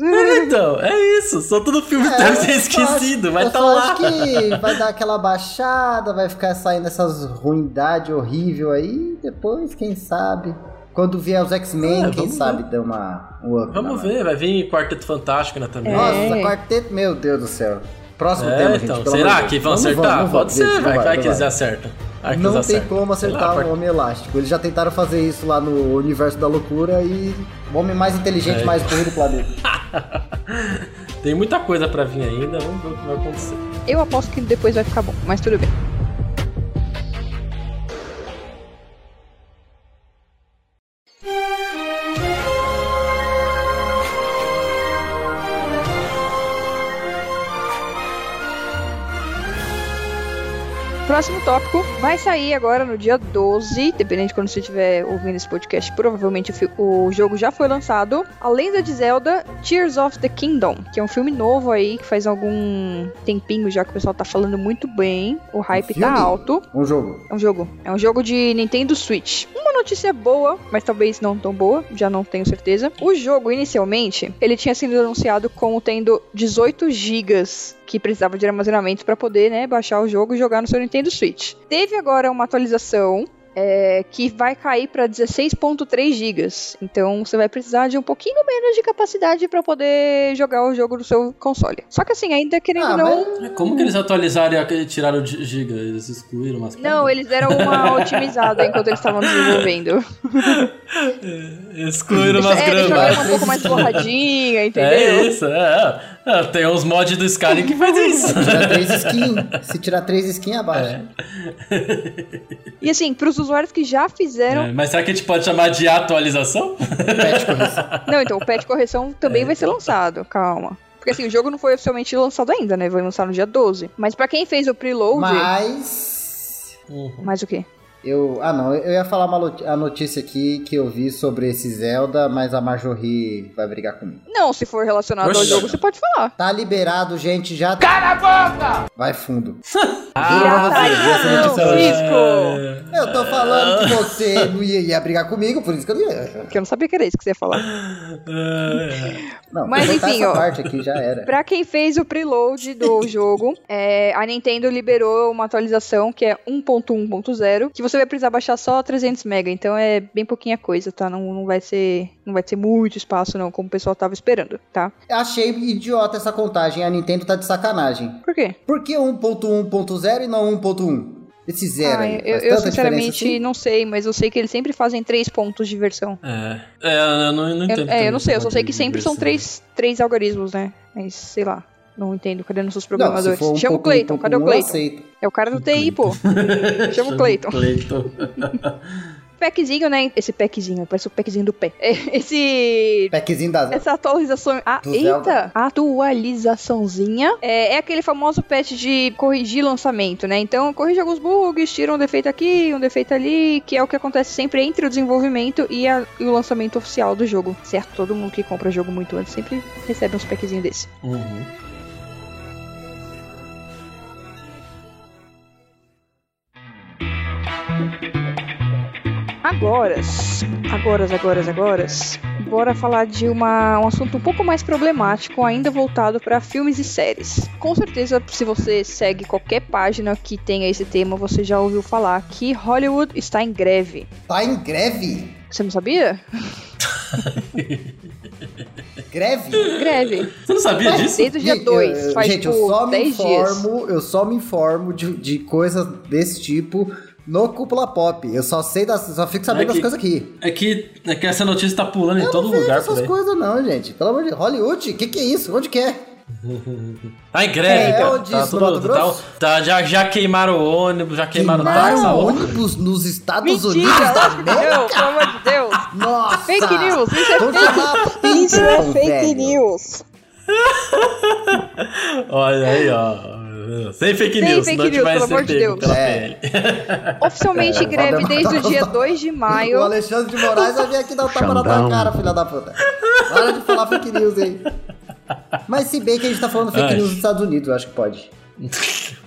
Speaker 2: então, é isso. Só todo filme
Speaker 1: É,
Speaker 2: deve ser
Speaker 1: eu só acho-
Speaker 2: esquecido, mas
Speaker 1: eu
Speaker 2: tá
Speaker 1: só
Speaker 2: lá.
Speaker 1: acho que vai dar aquela baixada, vai ficar saindo essas ruindades horríveis aí. Depois, quem sabe? Quando vier os X-Men,
Speaker 2: É,
Speaker 1: quem
Speaker 2: vamos
Speaker 1: sabe dar uma. Um up na
Speaker 2: Vamos
Speaker 1: mão.
Speaker 2: ver, vai vir Quarteto Fantástico né, também.
Speaker 1: Nossa,
Speaker 3: É.
Speaker 1: quarteto, meu Deus do céu. Próximo
Speaker 2: É,
Speaker 1: tema, gente.
Speaker 2: então,
Speaker 1: pelo
Speaker 2: será
Speaker 1: amor de
Speaker 2: que
Speaker 1: Deus.
Speaker 2: vão
Speaker 1: Não vão,
Speaker 2: acertar?
Speaker 1: não vão,
Speaker 2: Pode
Speaker 1: gente,
Speaker 2: ser,
Speaker 1: não
Speaker 2: vai,
Speaker 1: vai,
Speaker 2: vai
Speaker 1: não
Speaker 2: que eles
Speaker 1: vai.
Speaker 2: acertam. Vai que
Speaker 1: Não tem
Speaker 2: eles acertam.
Speaker 1: como
Speaker 2: Sei lá,
Speaker 1: acertar
Speaker 2: Quart-
Speaker 1: o Homem Elástico. Eles já tentaram fazer isso lá no universo da loucura e o homem mais inteligente,
Speaker 2: É.
Speaker 1: mais burro do planeta.
Speaker 2: Tem muita coisa pra vir ainda, vamos ver o que vai acontecer.
Speaker 3: Eu aposto que depois vai ficar bom, mas tudo bem. Próximo tópico vai sair agora no dia 12, dependendo de quando você estiver ouvindo esse podcast, provavelmente o fi- o jogo já foi lançado. A Lenda de Zelda Tears of the Kingdom, que é um filme novo aí, que faz algum tempinho já que o pessoal tá falando muito bem, o hype tá
Speaker 1: filme?
Speaker 3: alto.
Speaker 1: Um jogo.
Speaker 3: É um jogo. É um jogo de Nintendo Switch. Uma notícia boa, mas talvez não tão boa, já não tenho certeza. O jogo, inicialmente, ele tinha sido anunciado como tendo 18 GB que precisava de armazenamento para poder, né, baixar o jogo e jogar no seu Nintendo Switch. Teve agora uma atualização é, que vai cair para 16.3 GB. Então você vai precisar de um pouquinho menos de capacidade para poder jogar o jogo no seu console. Só que assim, ainda querendo ou
Speaker 1: Ah,
Speaker 3: não,
Speaker 1: mas
Speaker 2: É, Como que eles atualizaram e aquele- tiraram o gi- giga? Eles excluíram umas
Speaker 3: não, eles deram uma otimizada enquanto eles estavam desenvolvendo.
Speaker 2: eles... Excluíram umas
Speaker 3: Deixa, é, deixa eu
Speaker 2: gramas.
Speaker 3: ver uma pouco mais borradinha,
Speaker 2: É
Speaker 3: entendeu?
Speaker 2: isso, é. é. Tem uns mods do Skyrim que faz isso.
Speaker 1: Se tirar três skins. Se tirar três skins, abaixo.
Speaker 3: E assim, pros usuários que já fizeram.
Speaker 2: É, mas será que a gente pode chamar de atualização?
Speaker 1: Pet correção.
Speaker 2: É.
Speaker 3: Não, então, o patch correção também vai ser
Speaker 2: então.
Speaker 3: lançado, calma. Porque assim, o jogo não foi oficialmente lançado ainda, né? Vai lançar no dia 12. Mas pra quem fez o preload.
Speaker 1: Mas.
Speaker 2: Uhum.
Speaker 3: Mais o quê?
Speaker 1: Eu, ah não, eu ia falar uma lot- a notícia aqui que eu vi sobre esse Zelda, mas a Marjorie vai brigar comigo.
Speaker 3: Não, se for relacionado ao
Speaker 2: Oxi.
Speaker 3: jogo, você pode falar.
Speaker 1: Tá liberado, gente, já... Cala a boca! Vai fundo.
Speaker 3: Ah,
Speaker 1: pra vocês, essa
Speaker 2: é
Speaker 3: não,
Speaker 1: notícia hoje.
Speaker 3: Cisco!
Speaker 1: Eu tô falando que você não ia, ia brigar comigo, por isso que eu não ia.
Speaker 3: Porque eu não sabia que era isso que você ia falar.
Speaker 2: É.
Speaker 1: Não,
Speaker 3: Mas
Speaker 1: cortar
Speaker 3: enfim,
Speaker 1: essa
Speaker 3: ó.
Speaker 1: parte aqui já era.
Speaker 3: Pra quem fez o preload do jogo, é, a Nintendo liberou uma atualização que é 1.1.0, que você vai precisar baixar só 300 MB, então é bem pouquinha coisa, tá? Não, não vai ser não vai ter muito espaço não, como o pessoal tava esperando, tá?
Speaker 1: Achei idiota essa contagem, a Nintendo tá de sacanagem.
Speaker 3: Por quê?
Speaker 1: Por que 1.1.0 e não 1.1? Esse zero
Speaker 3: Ah,
Speaker 1: aí,
Speaker 3: eu,
Speaker 1: faz
Speaker 3: eu
Speaker 1: tanta diferença
Speaker 3: sinceramente
Speaker 1: assim?
Speaker 3: não sei, mas eu sei que eles sempre fazem três pontos de versão.
Speaker 2: É. É, eu não, eu não
Speaker 3: Eu,
Speaker 2: entendo.
Speaker 3: é, eu não
Speaker 2: também
Speaker 3: sei, eu
Speaker 2: esse
Speaker 3: só sei
Speaker 2: negócio
Speaker 3: que
Speaker 2: de
Speaker 3: sempre são
Speaker 2: versão.
Speaker 3: três, três algarismos, né? Mas sei lá, não entendo. Cadê nossos
Speaker 1: Não, se
Speaker 3: programadores?
Speaker 1: for
Speaker 3: Chama o
Speaker 1: 1.1.1,
Speaker 3: Clayton, cadê o
Speaker 1: eu
Speaker 3: Clayton?
Speaker 1: aceito.
Speaker 3: É o cara do TI, pô. Chama o Clayton.
Speaker 2: Clayton.
Speaker 3: Packzinho, né? Esse packzinho, parece o packzinho do pé. Esse.
Speaker 1: Packzinho das...
Speaker 3: Essa atualização. Ah,
Speaker 1: Do
Speaker 3: eita!
Speaker 1: Zelda.
Speaker 3: Atualizaçãozinha. É, é aquele famoso patch de corrigir lançamento, né? Então, corrige alguns bugs, tira um defeito aqui, um defeito ali, que é o que acontece sempre entre o desenvolvimento e, a- e o lançamento oficial do jogo, certo? Todo mundo que compra jogo muito antes sempre recebe uns packzinhos desse.
Speaker 2: Uhum.
Speaker 3: Agoras, agoras, agoras, agoras. Bora falar de uma, um assunto um pouco mais problemático, ainda voltado para filmes e séries. Com certeza, se você segue qualquer página que tenha esse tema, você já ouviu falar que Hollywood está em greve.
Speaker 1: Tá em greve?
Speaker 3: Você não sabia?
Speaker 1: Greve?
Speaker 3: Greve.
Speaker 2: Você não sabia disso?
Speaker 3: Desde o dia
Speaker 1: Gente,
Speaker 3: 2,
Speaker 1: eu-
Speaker 3: faz
Speaker 1: gente, eu
Speaker 3: tipo,
Speaker 1: só me
Speaker 3: 10 dias.
Speaker 1: informo, eu só me informo de, de coisas desse tipo no Cúpula Pop. Eu só sei das, só fico sabendo
Speaker 2: É que-
Speaker 1: das coisas aqui.
Speaker 2: É que, é que essa notícia tá pulando em
Speaker 1: Eu
Speaker 2: todo
Speaker 1: não vejo
Speaker 2: lugar por
Speaker 1: essas
Speaker 2: aí.
Speaker 1: coisas não, gente. Pelo amor de Hollywood, que que é isso? Onde que é?
Speaker 2: Tá em greve,
Speaker 1: É,
Speaker 2: cara.
Speaker 1: onde
Speaker 2: tá
Speaker 1: isso, no Mato
Speaker 2: tá-
Speaker 1: Grosso?
Speaker 2: tá- já, já queimaram o ônibus, já queimaram o táxi.
Speaker 1: Queimaram
Speaker 2: tá louco?
Speaker 1: ônibus nos Estados
Speaker 3: Mentira!
Speaker 1: Unidos da
Speaker 3: lógico que
Speaker 1: América?
Speaker 3: Não, pelo amor de Deus!
Speaker 1: Nossa!
Speaker 3: Fake news! Isso é
Speaker 1: Vamos chamar a
Speaker 3: fake, isso é
Speaker 1: Pinkton,
Speaker 3: fake
Speaker 1: velho.
Speaker 3: news!
Speaker 2: Olha aí, ó. Sem fake
Speaker 3: Sem
Speaker 2: news,
Speaker 3: fake
Speaker 2: senão a gente
Speaker 3: news,
Speaker 2: vai
Speaker 3: pelo
Speaker 2: ser
Speaker 3: amor de
Speaker 2: pego
Speaker 3: Deus.
Speaker 2: pela
Speaker 1: É.
Speaker 2: PL.
Speaker 3: Oficialmente
Speaker 1: É,
Speaker 3: greve
Speaker 1: Valdemar
Speaker 3: desde o dia
Speaker 1: Costa.
Speaker 3: 2 de maio.
Speaker 1: O Alexandre de Moraes vai vir aqui dar um tapa na tua
Speaker 4: Xandão.
Speaker 1: cara, filha da puta. Para de falar fake news aí. Mas se bem que a gente tá falando fake
Speaker 2: Ai.
Speaker 1: news dos Estados Unidos, eu acho que pode.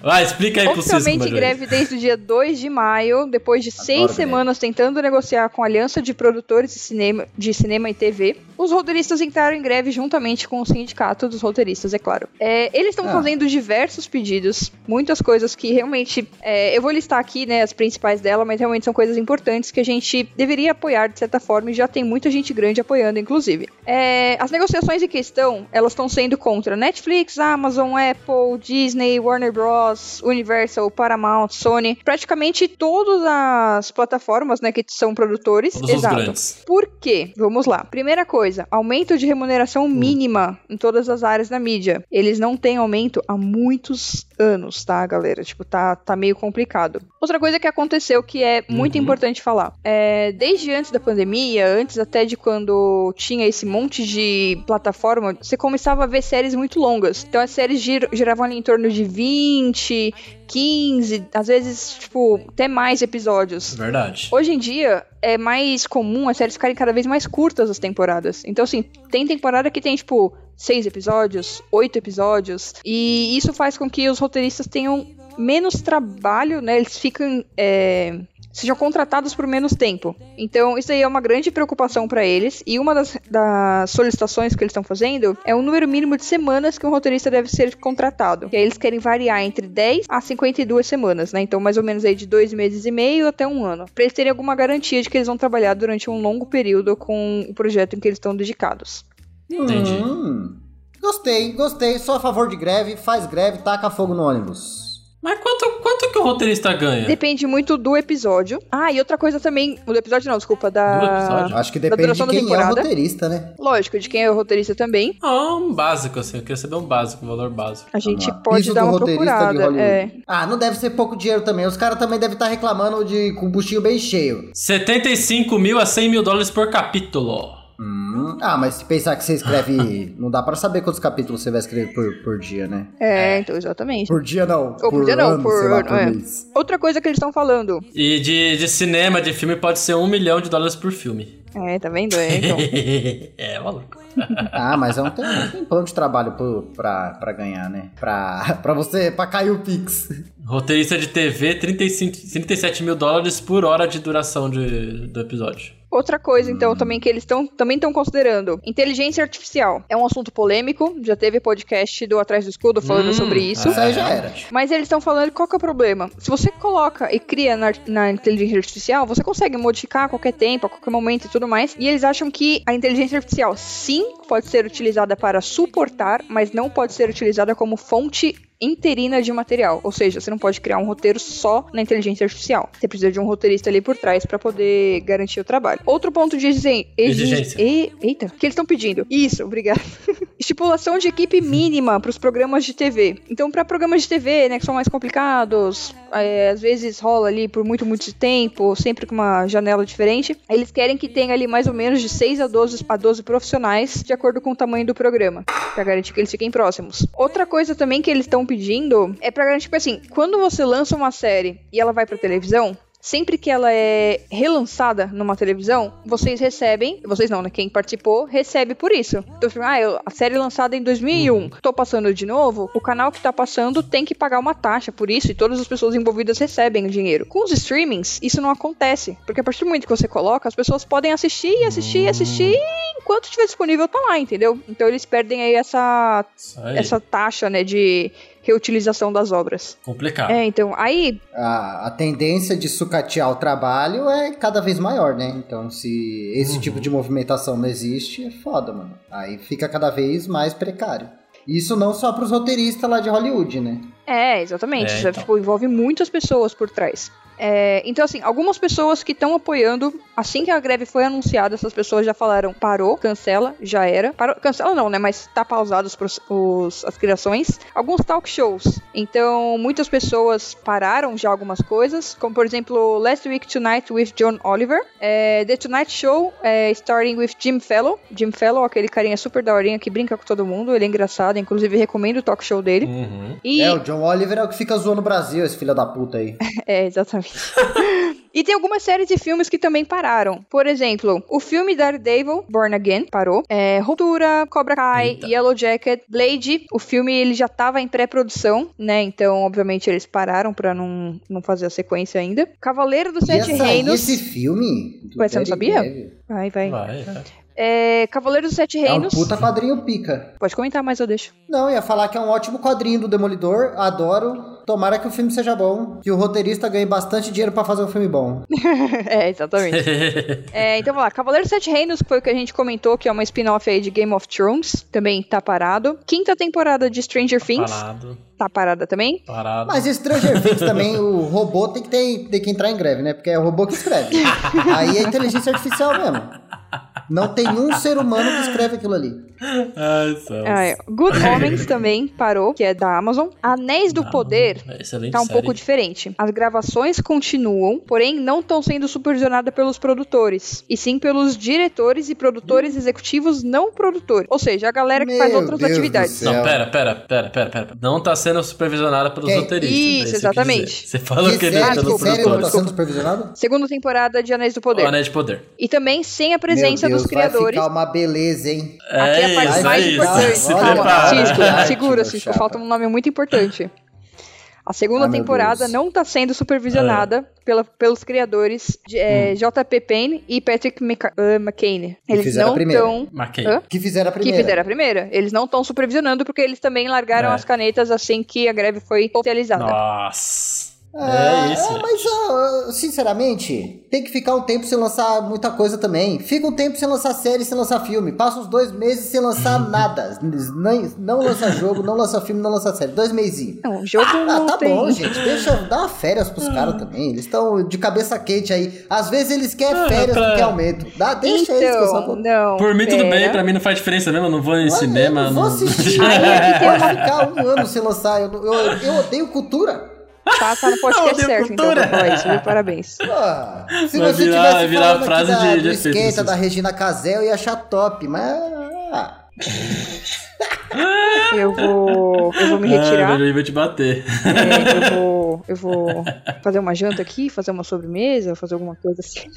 Speaker 2: Vai, explica aí pro Cisco.
Speaker 3: Oficialmente
Speaker 2: Major.
Speaker 3: greve desde o dia 2 de maio, depois de seis
Speaker 1: greve.
Speaker 3: semanas tentando negociar com a Aliança de Produtores de Cinema, de cinema e TV, os roteiristas entraram em greve juntamente com o Sindicato dos Roteiristas, é claro. É, eles estão
Speaker 1: Ah.
Speaker 3: fazendo diversos pedidos, muitas coisas que realmente. é, eu vou listar aqui né, as principais dela, mas realmente são coisas importantes que a gente deveria apoiar de certa forma e já tem muita gente grande apoiando, inclusive. É, as negociações em questão, elas estão sendo contra Netflix, Amazon, Apple, Disney, Warner Bros, Universal, Paramount, Sony, praticamente todas as plataformas, né, que são produtores.
Speaker 2: Todos os Um grandes.
Speaker 3: Por quê? Vamos lá. Primeira coisa, aumento de remuneração mínima em todas as áreas da mídia. Eles não têm aumento há muitos anos, tá, galera? Tipo, tá, tá meio complicado. Outra coisa que aconteceu que é muito
Speaker 2: Uhum.
Speaker 3: importante falar. É, desde antes da pandemia, antes até de quando tinha esse monte de plataforma, você começava a ver séries muito longas. Então as séries gir- giravam ali em torno de 20, 15, às vezes, tipo, até mais episódios.
Speaker 2: Verdade.
Speaker 3: Hoje em dia é mais comum as séries ficarem cada vez mais curtas as temporadas. Então, assim, tem temporada que tem, tipo, seis episódios, oito episódios. E isso faz com que os roteiristas tenham menos trabalho, né? Eles ficam. é, Sejam contratados por menos tempo. Então, isso aí é uma grande preocupação para eles. E uma das, das solicitações que eles estão fazendo é o número mínimo de semanas que um roteirista deve ser contratado. E aí eles querem variar entre 10 a 52 semanas, né? Então, mais ou menos aí de dois meses e meio até um ano. Pra eles terem alguma garantia de que eles vão trabalhar durante um longo período com o projeto em que eles estão dedicados.
Speaker 2: Entendi.
Speaker 1: Hum. Gostei, gostei. Sou a favor de greve, faz greve, taca fogo no ônibus.
Speaker 2: Mas quanto, quanto que o roteirista ganha?
Speaker 3: Depende muito do episódio. Ah, e outra coisa também. Do episódio não, desculpa, da.
Speaker 2: Do episódio?
Speaker 1: Acho que
Speaker 3: Da
Speaker 1: depende de
Speaker 3: duração da
Speaker 1: quem é o
Speaker 3: temporada.
Speaker 1: roteirista, né?
Speaker 3: Lógico, de quem é o roteirista também.
Speaker 2: Ah, um básico, assim. Eu queria saber um básico, um valor básico.
Speaker 3: A gente
Speaker 1: Vamos lá.
Speaker 3: pode
Speaker 1: Piso
Speaker 3: dar
Speaker 1: do
Speaker 3: uma
Speaker 1: roteirista de
Speaker 3: procurada.
Speaker 1: Hollywood.
Speaker 3: É.
Speaker 1: Ah, não deve ser pouco dinheiro também. Os caras também devem estar reclamando de com o buchinho bem cheio.
Speaker 2: 75 mil a 100 mil dólares por capítulo.
Speaker 1: Hum, Ah, mas se pensar que você escreve. não dá pra saber quantos capítulos você vai escrever por, por dia, né?
Speaker 3: É, então, exatamente.
Speaker 1: Por dia não.
Speaker 3: Ou por dia não,
Speaker 1: ano,
Speaker 3: por
Speaker 1: sei lá,
Speaker 3: ano,
Speaker 1: por
Speaker 3: é.
Speaker 1: mês.
Speaker 3: Outra coisa que eles estão falando.
Speaker 2: E de, de cinema, de filme, pode ser um milhão de dólares por filme.
Speaker 3: É, tá vendo? É, então.
Speaker 2: é, maluco.
Speaker 1: Ah, mas é um tem- tem plano de trabalho pro, pra, pra ganhar, né? Pra, pra você. Pra cair o Pix.
Speaker 3: É.
Speaker 2: Roteirista de TV, 35, 37 mil dólares por hora de duração de, do episódio.
Speaker 3: Outra coisa, então, também que eles estão também estão considerando. Inteligência artificial. É um assunto polêmico. Já teve podcast do Atrás do Escudo falando
Speaker 2: Hum,
Speaker 3: sobre isso.
Speaker 1: Isso aí já era.
Speaker 3: Mas eles estão falando qual que é o problema. Se você coloca e cria na, na inteligência artificial, você consegue modificar a qualquer tempo, a qualquer momento e tudo mais. E eles acham que a inteligência artificial, sim, pode ser utilizada para suportar, mas não pode ser utilizada como fonte interina de material, ou seja, você não pode criar um roteiro só na inteligência artificial. Você precisa de um roteirista ali por trás para poder garantir o trabalho. Outro ponto de exi- exi-
Speaker 2: Exigência.
Speaker 3: e- eita, que eles estão pedindo? Isso, obrigada. Estipulação de equipe mínima para os programas de TV. Então, para programas de TV, né, que são mais complicados, é, às vezes rola ali por muito, muito tempo, sempre com uma janela diferente, eles querem que tenha ali mais ou menos de 6 a 12, a 12 profissionais, de acordo com o tamanho do programa, para garantir que eles fiquem próximos. Outra coisa também que eles estão pedindo é para garantir, tipo assim, quando você lança uma série e ela vai para televisão, Sempre que ela é relançada numa televisão, vocês recebem, vocês não, né? Quem participou recebe por isso. Então, tipo, ah, eu- a série lançada em 2001, tô passando de novo, o canal que tá passando tem que pagar uma taxa por isso e todas as pessoas envolvidas recebem o dinheiro. Com os streamings, isso não acontece, porque a partir do momento que você coloca, as pessoas podem assistir e assistir e assistir e enquanto estiver disponível tá lá, entendeu? Então eles perdem aí essa,
Speaker 2: Isso aí.
Speaker 3: essa taxa, né, de reutilização das obras.
Speaker 2: Complicado.
Speaker 3: É, então, aí
Speaker 1: a, a tendência de sucatear o trabalho é cada vez maior, né? Então, se esse tipo de movimentação não existe, é foda, mano. Aí fica cada vez mais precário. Isso não só pros roteiristas lá de Hollywood, né?
Speaker 3: É, exatamente.
Speaker 2: É,
Speaker 3: Isso é,
Speaker 2: então.
Speaker 3: tipo, envolve muitas pessoas por trás. É, então, assim, algumas pessoas que estão apoiando, assim que a greve foi anunciada, essas pessoas já falaram: parou, cancela, já era. Parou- cancela não, né? Mas tá pausado os, pros- os- as criações. Alguns talk shows. Então, muitas pessoas pararam já algumas coisas, como por exemplo Last Week Tonight with John Oliver, é, The Tonight Show, é, starting with Jim Fellow. Jim Fellow, aquele carinha super daorinha que brinca com todo mundo, ele é engraçado, inclusive recomendo o talk show dele.
Speaker 2: Uhum.
Speaker 3: E
Speaker 1: É, o John Oliver é o que fica zoando o Brasil, esse filho da puta aí.
Speaker 3: é, exatamente. e tem algumas séries e filmes que também pararam. Por exemplo, o filme Daredevil, Born Again, parou. É, Ruptura, Cobra Kai,
Speaker 2: Eita.
Speaker 3: Yellow Jacket, Blade. O filme ele já tava em pré-produção, né? Então, obviamente, eles pararam pra não, não fazer a sequência ainda. Cavaleiro dos
Speaker 1: E
Speaker 3: Sete
Speaker 1: essa-
Speaker 3: Reinos.
Speaker 1: esse filme... do
Speaker 3: Ué, você não
Speaker 1: Daredevil,
Speaker 3: sabia? Vai, vai.
Speaker 2: Vai, é.
Speaker 3: É, Cavaleiro dos Sete
Speaker 1: É um
Speaker 3: Reinos.
Speaker 1: puta quadrinho pica.
Speaker 3: Pode comentar, mas eu deixo.
Speaker 1: Não, ia falar que é um ótimo quadrinho do Demolidor, adoro. Tomara que o filme seja bom, que o roteirista ganhe bastante dinheiro pra fazer um filme bom.
Speaker 3: é, exatamente. É, então vamos lá. Cavaleiro dos Sete Reinos, que foi o que a gente comentou, que é uma spin-off aí de Game of Thrones, também tá parado. Quinta temporada de Stranger Things,
Speaker 2: Parado,
Speaker 3: tá parada também.
Speaker 2: parado.
Speaker 1: Tá Mas Stranger Things também, o robô tem que, ter, tem que entrar em greve, né? Porque é o robô que escreve. Aí é inteligência artificial mesmo. Não tem um ser humano que escreve aquilo ali.
Speaker 2: Ai, céus.
Speaker 3: Ah, é. Good Omens também parou, que é da Amazon. Anéis do
Speaker 2: Não,
Speaker 3: Poder
Speaker 2: é Excelente
Speaker 3: tá um
Speaker 2: série.
Speaker 3: pouco diferente. As gravações continuam, porém não estão sendo supervisionadas pelos produtores, e sim pelos diretores e produtores executivos não produtores. Ou seja, a galera que
Speaker 1: Meu
Speaker 3: faz outras
Speaker 1: Deus do
Speaker 3: atividades.
Speaker 1: céu.
Speaker 2: Não, pera, pera, pera, pera, pera. Não tá sendo supervisionada pelos
Speaker 1: Quem?
Speaker 2: roteiristas.
Speaker 3: Isso,
Speaker 2: é que eu quis
Speaker 3: exatamente.
Speaker 2: dizer. Você falou que
Speaker 1: que
Speaker 2: ele
Speaker 1: série,
Speaker 2: é
Speaker 3: tá
Speaker 1: que
Speaker 2: pelo
Speaker 3: desculpa,
Speaker 1: série não tá
Speaker 2: produtor.
Speaker 1: sendo supervisionada?
Speaker 3: Segunda temporada de Anéis do
Speaker 2: O
Speaker 3: Poder.
Speaker 2: Anéis de Poder.
Speaker 3: E também sem a presença
Speaker 1: Meu Deus,
Speaker 3: dos criadores.
Speaker 1: Vai ficar uma beleza, hein?
Speaker 3: Aqui
Speaker 2: é
Speaker 3: é a parte
Speaker 2: isso,
Speaker 3: mais
Speaker 2: é isso.
Speaker 3: importante.
Speaker 2: Se
Speaker 1: Olha,
Speaker 3: Calma,
Speaker 1: cara.
Speaker 2: prepara.
Speaker 3: Cisco,
Speaker 1: Ai,
Speaker 3: segura,
Speaker 1: que
Speaker 3: Cisco.
Speaker 1: chapa.
Speaker 3: Falta um nome muito importante. A segunda
Speaker 1: Ah, meu
Speaker 3: temporada
Speaker 1: Deus.
Speaker 3: não está sendo supervisionada pela- pelos criadores de, é, JP Payne e Patrick Mca- ah, McCain. Eles
Speaker 1: fizeram a
Speaker 3: não
Speaker 1: primeira.
Speaker 3: estão.
Speaker 2: Marquei.
Speaker 3: Hã?
Speaker 1: Que fizeram a
Speaker 3: Que
Speaker 1: primeira.
Speaker 3: fizeram a primeira. Eles não estão supervisionando porque eles também largaram
Speaker 2: É.
Speaker 3: as canetas assim que a greve foi oficializada.
Speaker 2: Nossa.
Speaker 1: Ah,
Speaker 2: É isso.
Speaker 1: mas ah, sinceramente, tem que ficar um tempo sem lançar muita coisa também. Fica um tempo sem lançar série, sem lançar filme. Passa uns dois meses sem lançar nada. Nem- Não lança jogo, não lança filme, não lança série. Dois mesinhos.
Speaker 3: Não, o jogo
Speaker 1: Ah,
Speaker 3: não
Speaker 1: tá
Speaker 3: tem. Ah.
Speaker 1: bom, gente. Deixa eu dar uma férias pros caras também. Eles estão de cabeça quente aí. Às vezes eles querem
Speaker 2: Ah,
Speaker 1: férias
Speaker 2: pra-
Speaker 1: do que aumento. Dá, deixa eles com essa
Speaker 3: então,
Speaker 1: boca.
Speaker 3: não.
Speaker 2: Por mim, tudo bem.
Speaker 3: pera.
Speaker 2: Pra mim não faz diferença mesmo. Eu não vou em cinema.
Speaker 1: Eu não vou
Speaker 2: não-
Speaker 1: assistir.
Speaker 3: Aí é que tem
Speaker 1: Pode
Speaker 3: uma-
Speaker 1: ficar um ano sem lançar. Eu, eu- eu odeio cultura.
Speaker 3: Tá, tá no podcast
Speaker 2: Não, deu
Speaker 3: certo, então,
Speaker 2: cultura.
Speaker 3: pra falar isso, viu? Parabéns.
Speaker 1: Ah, se
Speaker 2: Vai
Speaker 1: você
Speaker 2: virar-
Speaker 1: tivesse
Speaker 2: vai virar
Speaker 1: falando
Speaker 2: frase
Speaker 1: aqui da,
Speaker 2: de-
Speaker 1: do
Speaker 2: de efeito,
Speaker 1: esquenta
Speaker 2: assim.
Speaker 1: da Regina Casé, eu ia achar top, mas... ah,
Speaker 3: Eu vou, eu vou me
Speaker 2: Ah,
Speaker 3: retirar.
Speaker 2: velho, ele vai te bater.
Speaker 3: É, eu, vou, eu vou fazer uma janta aqui, fazer uma sobremesa, fazer alguma coisa assim.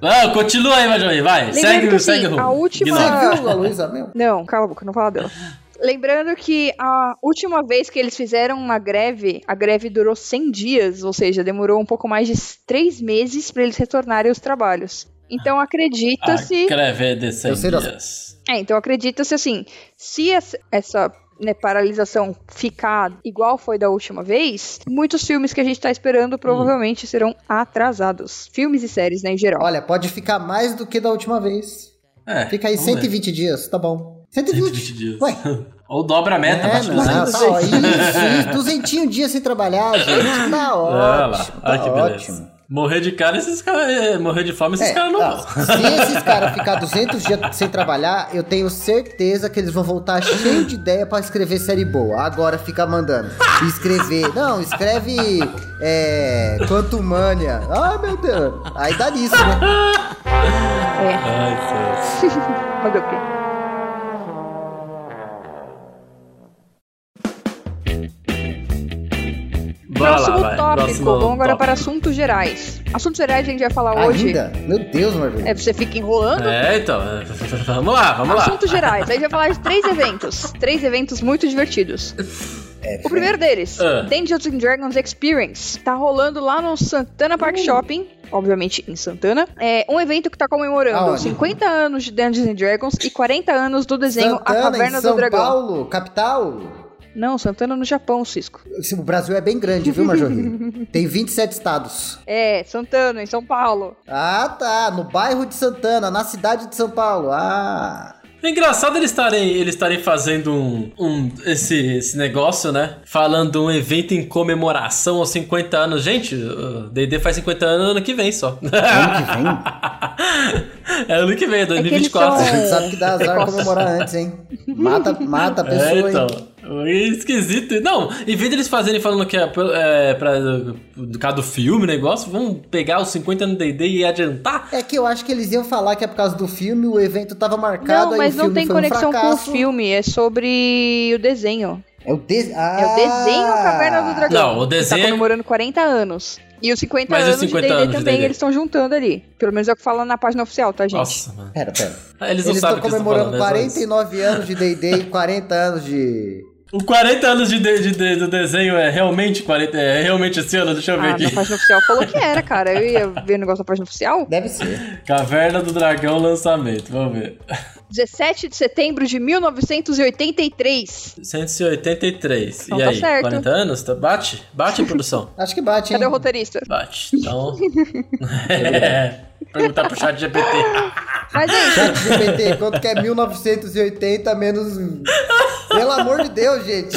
Speaker 2: Não, continua aí, Major, vai.
Speaker 3: Lembrando
Speaker 2: Segue,
Speaker 3: que,
Speaker 2: o segue
Speaker 3: assim,
Speaker 2: o
Speaker 3: a
Speaker 2: rumo.
Speaker 3: última-
Speaker 1: Você
Speaker 2: Ignora.
Speaker 1: viu a Luísa mesmo?
Speaker 3: Não, cala a boca, não fala dela. Lembrando que a última vez que eles fizeram uma greve, a greve durou 100 dias, ou seja, demorou um pouco mais de 3 meses para eles retornarem aos trabalhos. Então acredita-se.
Speaker 2: A greve de 100
Speaker 1: Eu sei das-
Speaker 2: dias.
Speaker 3: É, então acredita-se assim, se essa, essa, né, paralisação ficar igual foi da última vez, muitos filmes que a gente tá esperando provavelmente serão atrasados. Filmes e séries, né, em geral.
Speaker 1: Olha, pode ficar mais do que da última vez.
Speaker 2: É,
Speaker 1: Fica aí
Speaker 2: vamos ver.
Speaker 1: 120 dias, tá bom. 120,
Speaker 2: 120 dias.
Speaker 1: Ué,
Speaker 2: Ou dobra a meta,
Speaker 1: é,
Speaker 2: bate
Speaker 1: não, tá
Speaker 2: 200.
Speaker 1: ó, isso, isso, 200 dias sem trabalhar, gente. Tá
Speaker 2: Ah, lá.
Speaker 1: ótimo,
Speaker 2: Olha
Speaker 1: tá
Speaker 2: que
Speaker 1: ótimo.
Speaker 2: beleza. Morrer de cara, esses caras. é, Morrer de fome, esses
Speaker 1: É,
Speaker 2: caras não
Speaker 1: ah,
Speaker 2: vão.
Speaker 1: se esses caras ficar 200 dias sem trabalhar, eu tenho certeza que eles vão voltar cheio de ideia pra escrever série boa. Agora fica mandando. Escrever. Não, escreve. É. Quantumania. Ah, meu Deus. Aí dá nisso, né?
Speaker 3: É,
Speaker 2: Ai, Deus.
Speaker 3: fazer o quê?
Speaker 2: Bora
Speaker 3: próximo
Speaker 2: vai.
Speaker 3: tópico,
Speaker 2: Próximo
Speaker 3: vamos agora
Speaker 2: tópico.
Speaker 3: para assuntos gerais. Assuntos gerais a gente vai falar hoje.
Speaker 1: Ainda? Meu Deus, Marvel.
Speaker 3: É, você fica enrolando.
Speaker 2: É, então. é, Vamos lá, vamos lá.
Speaker 3: Assuntos gerais. A gente vai falar de três eventos. Três eventos muito divertidos. É, O primeiro deles,
Speaker 2: Ah.
Speaker 3: Dungeons and Dragons Experience. Tá rolando lá no Santana
Speaker 1: Uh.
Speaker 3: Park Shopping. Obviamente em Santana. É um evento que tá comemorando
Speaker 1: Aonde?
Speaker 3: 50 anos de Dungeons and Dragons e 40 anos do desenho A Caverna
Speaker 1: em São
Speaker 3: do Dragão.
Speaker 1: Paulo, capital.
Speaker 3: Não, Santana no Japão, Cisco.
Speaker 1: Esse- O Brasil é bem grande, viu, Major Rio? Tem 27 estados.
Speaker 3: É, Santana, em São Paulo.
Speaker 1: Ah, tá. No bairro de Santana, na cidade de São Paulo. Ah.
Speaker 2: É engraçado eles estarem eles estarem fazendo um, um- esse, esse negócio, né? Falando um evento em comemoração aos 50 anos. Gente, o DD faz 50 anos ano que vem só.
Speaker 1: Ano que vem?
Speaker 2: é ano que vem,
Speaker 3: eles
Speaker 2: 2024.
Speaker 1: A gente sabe que dá azar comemorar antes, hein? Mata, mata a pessoa,
Speaker 2: É, então.
Speaker 1: hein?
Speaker 2: É Esquisito. Não, em vez deles fazerem falando que é, pelo- é pra, do caso do filme, negócio, vão pegar os 50 anos do DD e adiantar.
Speaker 1: É que eu acho que eles iam falar que é por causa do filme, o evento tava marcado,
Speaker 3: não,
Speaker 1: aí
Speaker 3: mas
Speaker 1: o
Speaker 3: não
Speaker 1: filme
Speaker 3: tem
Speaker 1: foi
Speaker 3: conexão
Speaker 1: um
Speaker 3: com o
Speaker 1: fracasso.
Speaker 3: filme, é sobre o desenho.
Speaker 1: É o, de... ah,
Speaker 3: É o desenho Caverna do Dragão.
Speaker 2: Não, o
Speaker 3: que
Speaker 2: desenho- é
Speaker 3: Tá comemorando 40 anos. E os 50
Speaker 2: Mas e os
Speaker 3: anos
Speaker 2: 50
Speaker 3: de D&D
Speaker 2: anos de
Speaker 3: também,
Speaker 2: D&D?
Speaker 3: eles estão juntando ali. Pelo menos é o que fala na página oficial, tá, gente?
Speaker 2: Nossa, mano.
Speaker 1: Ah, Pera, pera.
Speaker 2: Eles não
Speaker 1: Eles
Speaker 2: sabem
Speaker 1: estão
Speaker 2: o que eles estão
Speaker 1: comemorando
Speaker 2: falando. é só isso.
Speaker 1: 49 anos de D&D e 40 anos de...
Speaker 2: O 40 anos de, de- de- do desenho é realmente 40, é realmente esse ano? Deixa eu ver
Speaker 3: Ah, na
Speaker 2: aqui.
Speaker 3: página oficial falou que era, cara. Eu ia ver o negócio da página oficial.
Speaker 1: Deve ser.
Speaker 2: Caverna do Dragão lançamento, vamos ver.
Speaker 3: 17 de setembro de 1983.
Speaker 2: 183.
Speaker 3: Então
Speaker 2: e
Speaker 3: tá
Speaker 2: aí,
Speaker 3: certo.
Speaker 2: 40 anos? Tá- Bate? Bate, produção?
Speaker 1: Acho que bate, hein?
Speaker 3: Cadê o roteirista?
Speaker 2: Bate. Então. é. Perguntar pro chat GPT.
Speaker 3: Mas é isso.
Speaker 1: Chat GPT, quanto que é 1980 menos... um. Pelo amor de Deus, gente.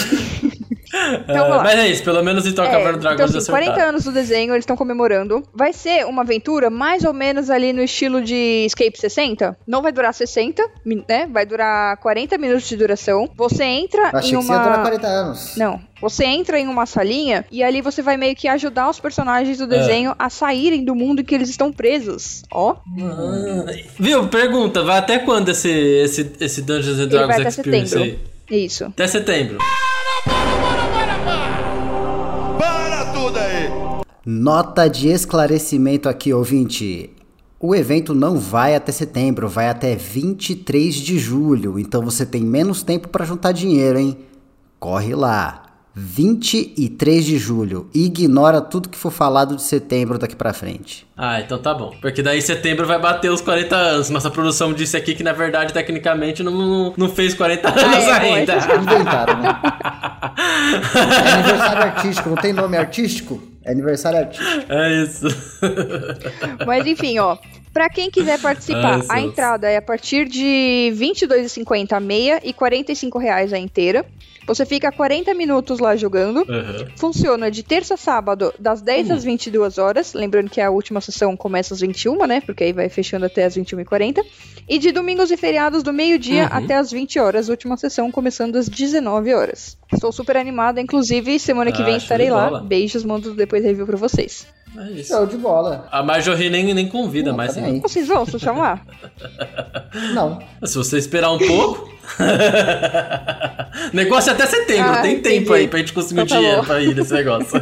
Speaker 2: Ah,
Speaker 3: Então vamos lá.
Speaker 2: mas é isso, pelo menos então
Speaker 3: É,
Speaker 2: Caverna do Dragão
Speaker 3: então,
Speaker 2: já
Speaker 3: assim, 40
Speaker 2: acertaram.
Speaker 3: anos do desenho, eles estão comemorando. Vai ser uma aventura mais ou menos ali no estilo de Escape 60. Não vai durar 60, min- né? Vai durar 40 minutos de duração. Você entra
Speaker 1: Eu achei
Speaker 3: em
Speaker 1: que você ia durar
Speaker 3: uma.
Speaker 1: 40 anos.
Speaker 3: Não. Você entra em uma salinha e ali você vai meio que ajudar os personagens do desenho a saírem do mundo em que eles estão presos. Ó.
Speaker 2: Ah, viu? Pergunta, vai até quando esse, esse, esse Dungeons and
Speaker 3: Ele vai
Speaker 2: Dragons
Speaker 3: até
Speaker 2: Experience
Speaker 3: setembro.
Speaker 2: aí?
Speaker 3: é Isso.
Speaker 2: Até setembro.
Speaker 4: Para tudo aí!
Speaker 1: Nota de esclarecimento aqui, ouvinte. O evento não vai até setembro, vai até 23 de julho. Então você tem menos tempo para juntar dinheiro, hein? Corre lá. 23 de julho. Ignora tudo que for falado de setembro daqui pra frente.
Speaker 2: Ah, então tá bom. Porque daí setembro vai bater os 40 anos. Nossa produção disse aqui que, na verdade, tecnicamente, não, não fez 40 anos
Speaker 3: é,
Speaker 2: ainda.
Speaker 1: Inventaram, né? É aniversário artístico, não tem nome artístico? É aniversário artístico.
Speaker 2: É isso.
Speaker 3: Mas enfim, ó. Pra quem quiser participar,
Speaker 2: Ai,
Speaker 3: a
Speaker 2: Deus.
Speaker 3: entrada é a partir de R$ 22,50 a meia e R$ 45 reais a inteira. Você fica 40 minutos lá jogando.
Speaker 2: Aham.
Speaker 3: Funciona de terça a sábado, das 10 às 22 horas. Lembrando que a última sessão começa às 21, né? Porque aí vai fechando até às 21h40. E de domingos e feriados, do meio-dia
Speaker 2: Uhum.
Speaker 3: até às 20 horas. Última sessão começando às 19 horas. Estou super animada, inclusive semana que
Speaker 2: Ah,
Speaker 3: vem
Speaker 2: show de
Speaker 3: estarei lá.
Speaker 2: bola.
Speaker 3: Beijos, mando depois review pra vocês.
Speaker 2: É isso.
Speaker 1: Show de bola.
Speaker 2: A Marjorie nem, nem convida
Speaker 1: Não,
Speaker 2: mais.
Speaker 1: tá
Speaker 2: hein?
Speaker 1: bem.
Speaker 3: Vocês vão se chamar?
Speaker 1: Não.
Speaker 2: Se você esperar um pouco. negócio é até setembro,
Speaker 3: Ah,
Speaker 2: tem tempo
Speaker 3: entendi.
Speaker 2: aí pra gente conseguir o
Speaker 3: Então tá
Speaker 2: dinheiro
Speaker 3: bom.
Speaker 2: pra ir nesse negócio.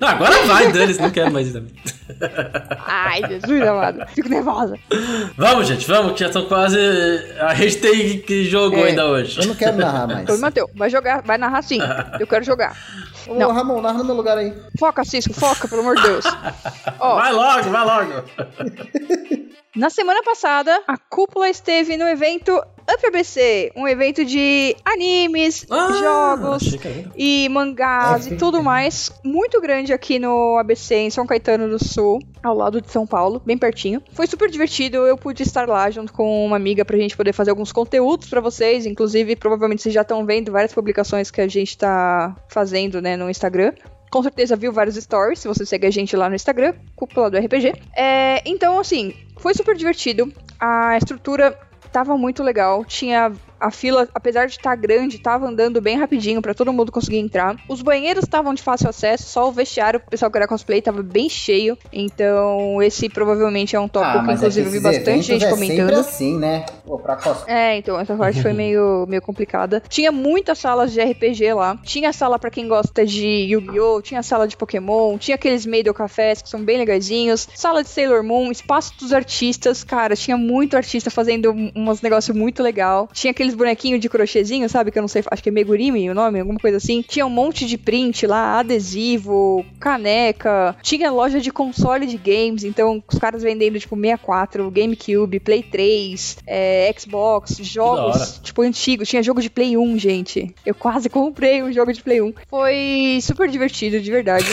Speaker 2: não, agora vai, Dani, não quero mais. também.
Speaker 3: Ai, Jesus amado. Fico nervosa.
Speaker 2: Vamos, gente, vamos, que já estão quase. A gente tem que jogou
Speaker 3: É.
Speaker 2: ainda hoje.
Speaker 1: Eu não quero narrar mais.
Speaker 3: Problema teu. Vai jogar, vai narrar sim. Eu quero jogar.
Speaker 1: Ô,
Speaker 3: Não.
Speaker 1: Ramon, narra no meu lugar aí.
Speaker 3: Foca, Cisco, foca, pelo amor de Deus. Ó,
Speaker 2: Vai logo, vai logo.
Speaker 3: Na semana passada, a cúpula esteve no evento UpBC, um evento de animes,
Speaker 2: Ah,
Speaker 3: jogos
Speaker 2: achei que era.
Speaker 3: e mangás e tudo mais, muito grande aqui no ABC, em São Caetano do Sul, ao lado de São Paulo, bem pertinho. Foi super divertido, eu pude estar lá junto com uma amiga pra gente poder fazer alguns conteúdos pra vocês, inclusive provavelmente vocês já estão vendo várias publicações que a gente tá fazendo, né, no Instagram com certeza viu vários stories, se você segue a gente lá no Instagram, cúpula do RPG. É, então, assim, foi super divertido. A estrutura tava muito legal. Tinha a fila, apesar de estar grande, tava andando bem rapidinho pra todo mundo conseguir entrar. Os banheiros estavam de fácil acesso, só o vestiário, o pessoal que era cosplay tava bem cheio. Então, esse provavelmente é um tópico que, inclusive, eu vi
Speaker 1: Ah, esses
Speaker 3: bastante
Speaker 1: eventos
Speaker 3: gente
Speaker 1: é
Speaker 3: comentando.
Speaker 1: sempre assim, né? Pô, pra cos...
Speaker 3: É, então, essa parte foi meio, meio complicada. Tinha muitas salas de RPG lá. Tinha sala pra quem gosta de Yu-Gi-Oh!, tinha sala de Pokémon, tinha aqueles Meidel Cafés que são bem legaisinhos, sala de Sailor Moon, espaço dos artistas, cara, tinha muito artista fazendo um- uns negócios muito legal. Tinha aqueles bonequinhos de crochêzinho, sabe? Que eu não sei, acho que é Megurimi o nome, alguma coisa assim. Tinha um monte de print lá, adesivo, caneca. Tinha loja de console de games, então os caras vendendo, tipo, 64, GameCube, Play 3, é, Xbox,
Speaker 2: Que da
Speaker 3: jogos, tipo, antigos. Tinha jogo de Play 1, gente. Eu quase comprei um jogo de Play 1. Foi super divertido, de verdade.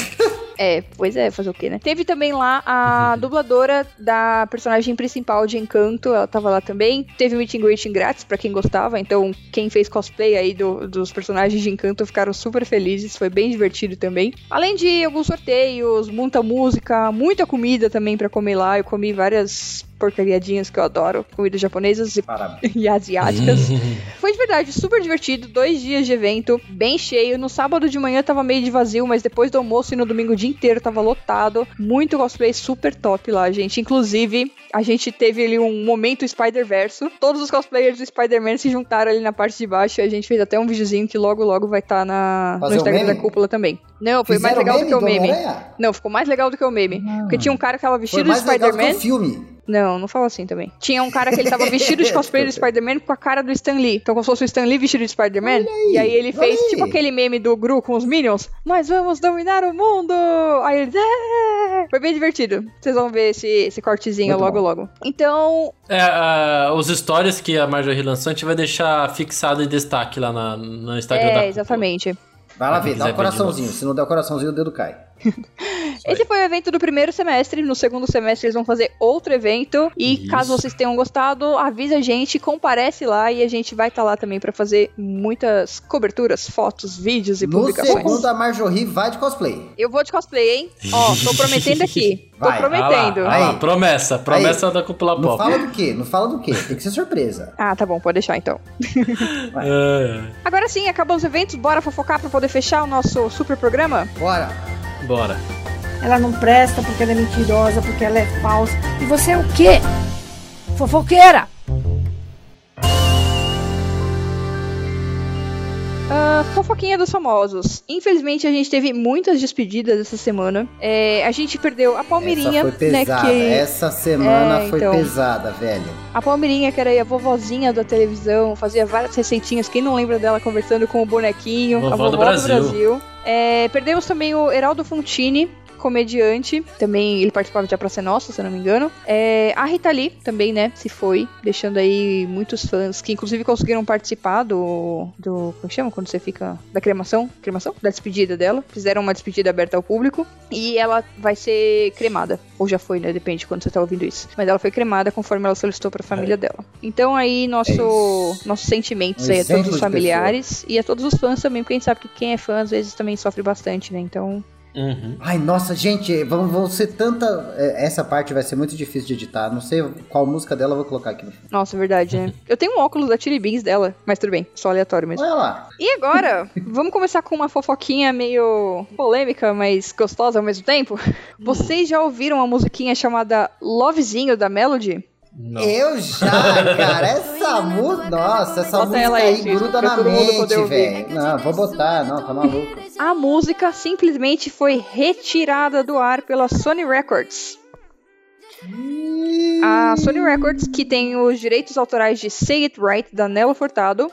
Speaker 3: É, pois é, fazer o quê, né? Teve também lá a dubladora da personagem principal de Encanto, ela tava lá também. Teve meet and greeting grátis pra quem gostava, então quem fez cosplay aí do- dos personagens de Encanto ficaram super felizes, foi bem divertido também. Além de alguns sorteios, muita música, muita comida também pra comer lá. Eu comi várias porcariadinhas que eu adoro, comidas japonesas e-
Speaker 1: Parabéns.
Speaker 3: e asiáticas. Foi de verdade super divertido, dois dias de evento, bem cheio. No sábado de manhã tava meio de vazio, mas depois do almoço e no domingo o dia inteiro tava lotado. Muito cosplay super top lá, gente. Inclusive, a gente teve ali um momento Spider-Verso. Todos os cosplayers do Spider-Man se juntaram ali na parte de baixo e a gente fez até um videozinho que logo logo vai estar na no
Speaker 1: Fazer o
Speaker 3: Instagram
Speaker 1: meme?
Speaker 3: da cúpula também. Não, foi mais
Speaker 1: Fizeram
Speaker 3: legal do que o meme.
Speaker 1: Homem-Aranha? Ah.
Speaker 3: Não, ficou mais legal do que o meme. Porque tinha um cara que tava
Speaker 1: Foi
Speaker 3: vestido de
Speaker 1: mais legal do que
Speaker 3: Spider-Man.
Speaker 1: o filme.
Speaker 3: Não, não fala assim também. Tinha um cara que ele tava vestido de cosplay do Spider-Man com a cara do Stan Lee. Então, como se fosse o Stan Lee vestido de Spider-Man. E aí ele
Speaker 1: olha
Speaker 3: fez
Speaker 1: aí.
Speaker 3: tipo aquele meme do Gru com os Minions. Nós vamos dominar o mundo! Aí eles... "É!" Foi bem divertido. Vocês vão ver esse, esse cortezinho
Speaker 1: Muito
Speaker 3: logo,
Speaker 1: bom.
Speaker 3: logo. Então...
Speaker 2: É, ah, os stories que a Marjorie lançou, a gente vai deixar fixado em destaque lá na, no Instagram da
Speaker 3: É,
Speaker 2: cúpula.
Speaker 3: exatamente.
Speaker 1: Vai lá
Speaker 2: Quem
Speaker 1: ver, dá
Speaker 2: quiser
Speaker 1: um coraçãozinho. Se não der o coraçãozinho, o dedo cai.
Speaker 2: aí.
Speaker 3: Esse foi o evento do primeiro semestre. No segundo semestre, eles vão fazer outro evento. E
Speaker 2: Isso.
Speaker 3: caso vocês tenham gostado, avisa a gente, comparece lá e a gente vai estar lá também pra fazer muitas coberturas, fotos, vídeos e
Speaker 1: No
Speaker 3: publicações.
Speaker 1: segundo, a Marjorie vai de cosplay.
Speaker 3: Eu vou de cosplay, hein? Ó, tô prometendo aqui.
Speaker 1: Vai,
Speaker 3: tô
Speaker 1: vai
Speaker 2: Ah lá,
Speaker 3: prometendo.
Speaker 2: ah lá,
Speaker 1: Aí.
Speaker 2: promessa, promessa da cúpula
Speaker 1: Não
Speaker 2: pop.
Speaker 1: fala do quê? Não fala do quê? Tem que ser surpresa.
Speaker 3: Ah, tá bom, pode deixar então.
Speaker 2: É,
Speaker 3: Agora sim, acabou os eventos, bora fofocar pra poder fechar o nosso super programa?
Speaker 1: Bora.
Speaker 2: bora.
Speaker 5: Ela não presta porque ela é mentirosa, porque ela é falsa. E você é o quê? Fofoqueira!
Speaker 3: Ah, fofoquinha dos famosos. Infelizmente, a gente teve muitas despedidas essa semana. É, a gente perdeu a Palmeirinha,
Speaker 1: Essa foi pesada.
Speaker 3: né? Que...
Speaker 1: Essa semana
Speaker 3: É,
Speaker 1: foi
Speaker 3: então.
Speaker 1: pesada, velho.
Speaker 3: A Palmeirinha, que era aí a vovozinha da televisão, fazia várias receitinhas. Quem não lembra dela conversando com o bonequinho,
Speaker 2: Vovó
Speaker 3: a vovó
Speaker 2: do
Speaker 3: do
Speaker 2: Brasil.
Speaker 3: Brasil. É, perdemos também o Heraldo Fontini. comediante, também ele participava de A Praça é Nossa, se eu não me engano. É, a Rita Lee também, né, se foi, deixando aí muitos fãs que inclusive conseguiram participar do, do como chama quando você fica, da cremação, cremação? Da despedida dela, fizeram uma despedida aberta ao público e ela vai ser cremada, ou já foi, né, depende de quando você tá ouvindo isso. Mas ela foi cremada conforme ela solicitou pra família dela. Então aí nosso,
Speaker 1: É. isso.
Speaker 3: nossos sentimentos
Speaker 1: Um
Speaker 3: aí a
Speaker 1: exemplo
Speaker 3: todos os
Speaker 1: de pessoa.
Speaker 3: familiares e a todos os fãs também, porque a gente sabe que quem é fã às vezes também sofre bastante, né, então...
Speaker 2: Uhum.
Speaker 1: Ai, nossa, gente, vão, vão ser tanta. é, Essa parte vai ser muito difícil de editar. Não sei qual música dela eu vou colocar aqui no fundo.
Speaker 3: Nossa, é verdade, né? Eu tenho um óculos da Tilly Beans dela, mas tudo bem, só aleatório mesmo.
Speaker 1: Olha lá.
Speaker 3: E agora, vamos começar com uma fofoquinha meio polêmica, mas gostosa ao mesmo tempo. Vocês já ouviram a musiquinha chamada Lovezinho da Melody?
Speaker 2: Não.
Speaker 3: É.
Speaker 1: Eu já, cara, essa música. Nossa, essa
Speaker 3: Bota
Speaker 1: música
Speaker 3: ela
Speaker 1: aí,
Speaker 3: aí, gente,
Speaker 1: gruda
Speaker 3: pra
Speaker 1: na
Speaker 3: todo mundo poder
Speaker 1: mente,
Speaker 3: ouvir.
Speaker 1: velho. Não, vou botar, não, tá maluco.
Speaker 3: A música simplesmente foi retirada do ar pela Sony Records. A Sony Records, que tem os direitos autorais de Say It Right da Nela Furtado,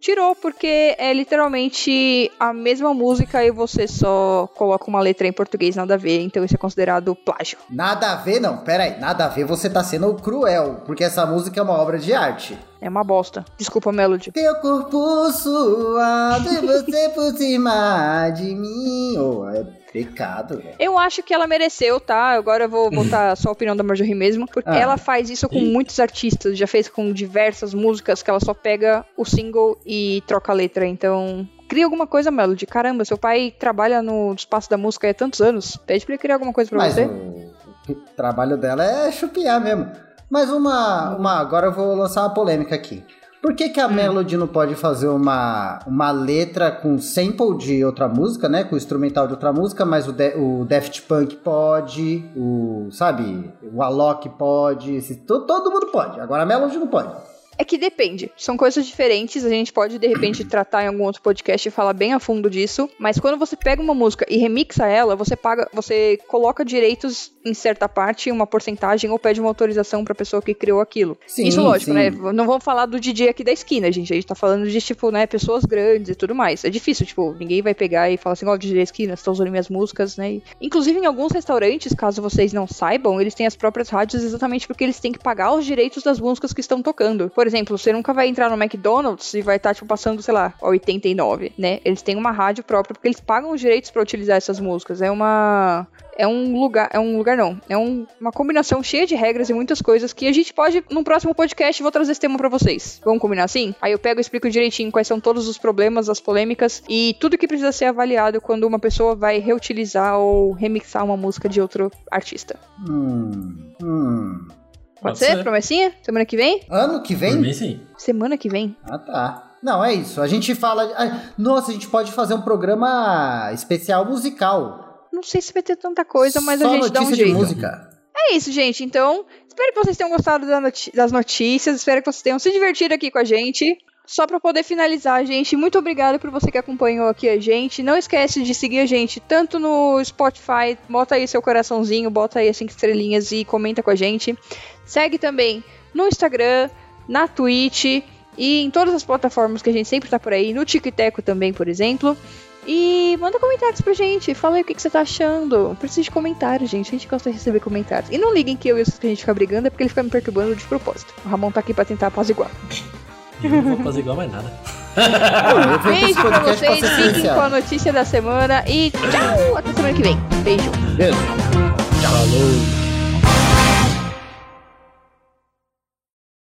Speaker 3: tirou porque é literalmente a mesma música e você só coloca uma letra em português nada a ver, então isso é considerado plágio.
Speaker 1: Nada a ver, não, pera aí, nada a ver, você tá sendo cruel, porque essa música é uma obra de arte.
Speaker 3: É uma bosta. Desculpa, Melody.
Speaker 1: Teu corpo suado e você por cima de mim. Oh, é pecado, velho.
Speaker 3: Eu acho que ela mereceu, tá? Agora eu vou botar só a opinião da Marjorie mesmo. Porque
Speaker 1: Hum. Ah.
Speaker 3: ela faz isso com muitos artistas. Já fez com diversas músicas que ela só pega o single e troca a letra. Então, cria alguma coisa, Melody. Caramba, seu pai trabalha no espaço da música há tantos anos. Pede pra ele criar alguma coisa pra
Speaker 1: Mas
Speaker 3: você.
Speaker 1: o, o trabalho dela é chupiar mesmo. Mas uma, uma. Agora eu vou lançar uma polêmica aqui. Por que, que
Speaker 3: Hum.
Speaker 1: a Melody não pode fazer uma, uma letra com sample de outra música, né? Com instrumental de outra música, mas o, De- o Daft Punk pode, o, sabe, o Alok pode, esse- to- todo mundo pode. Agora a Melody não pode.
Speaker 3: É que depende. São coisas diferentes. A gente pode, de repente, tratar em algum outro podcast e falar bem a fundo disso. Mas quando você pega uma música e remixa ela, você paga, você coloca direitos em certa parte, uma porcentagem, ou pede uma autorização pra pessoa que criou aquilo.
Speaker 1: Sim,
Speaker 3: Isso lógico,
Speaker 1: sim.
Speaker 3: né? Não vamos falar do DJ aqui da esquina, gente. A gente tá falando de, tipo, né, pessoas grandes e tudo mais. É difícil, tipo, ninguém vai pegar e falar assim, ó, DJ da esquina, estão usando minhas músicas, né? E- Inclusive, em alguns restaurantes, caso vocês não saibam, eles têm as próprias rádios exatamente porque eles têm que pagar os direitos das músicas que estão tocando. Por exemplo, você nunca vai entrar no McDonald's e vai estar, tipo, passando, sei lá, 89, né? Eles têm uma rádio própria porque eles pagam os direitos pra utilizar essas músicas. É uma é um lugar, é um lugar não, é um- uma combinação cheia de regras e muitas coisas que a gente pode, num próximo podcast, vou trazer esse tema pra vocês. Vamos combinar assim? Aí eu pego e explico direitinho quais são todos os problemas, as polêmicas e tudo que precisa ser avaliado quando uma pessoa vai reutilizar ou remixar uma música de outro artista.
Speaker 1: Hum. Hum.
Speaker 3: Pode, ser? Promessinha? Semana que vem?
Speaker 1: Ano que
Speaker 2: Por
Speaker 1: vem?
Speaker 2: mim, sim.
Speaker 3: Semana que vem.
Speaker 1: Ah, tá. Não, é isso. A gente fala. ah, Nossa, a gente pode fazer um programa especial musical.
Speaker 3: Não sei se vai ter tanta coisa, mas
Speaker 1: Só
Speaker 3: a gente dá um
Speaker 1: notícia
Speaker 3: jeito.
Speaker 1: de música.
Speaker 3: É isso, gente. Então, espero que vocês tenham gostado da noti- das notícias. Espero que vocês tenham se divertido aqui com a gente. Só pra poder finalizar, gente, muito obrigada por você que acompanhou aqui a gente. Não esquece de seguir a gente tanto no Spotify, bota aí seu coraçãozinho, bota aí as cinco estrelinhas e comenta com a gente. Segue também no Instagram, na Twitch e em todas as plataformas que a gente sempre tá por aí, no TikTok também, por exemplo. E manda comentários pra gente. Fala aí o que, que você tá achando. Preciso de comentários, gente. A gente gosta de receber comentários. E não liguem que eu e o Sus- que a gente fica brigando é porque ele fica me perturbando de propósito. O Ramon tá aqui pra tentar apaziguar.
Speaker 2: Eu não vou fazer igual mais nada.
Speaker 1: Eu venho com esse
Speaker 3: Beijo pra
Speaker 1: podcast
Speaker 3: vocês.
Speaker 1: ser
Speaker 3: Fiquem
Speaker 1: especial.
Speaker 3: com a notícia da semana. E tchau! Até semana que vem. Beijo.
Speaker 2: Falou.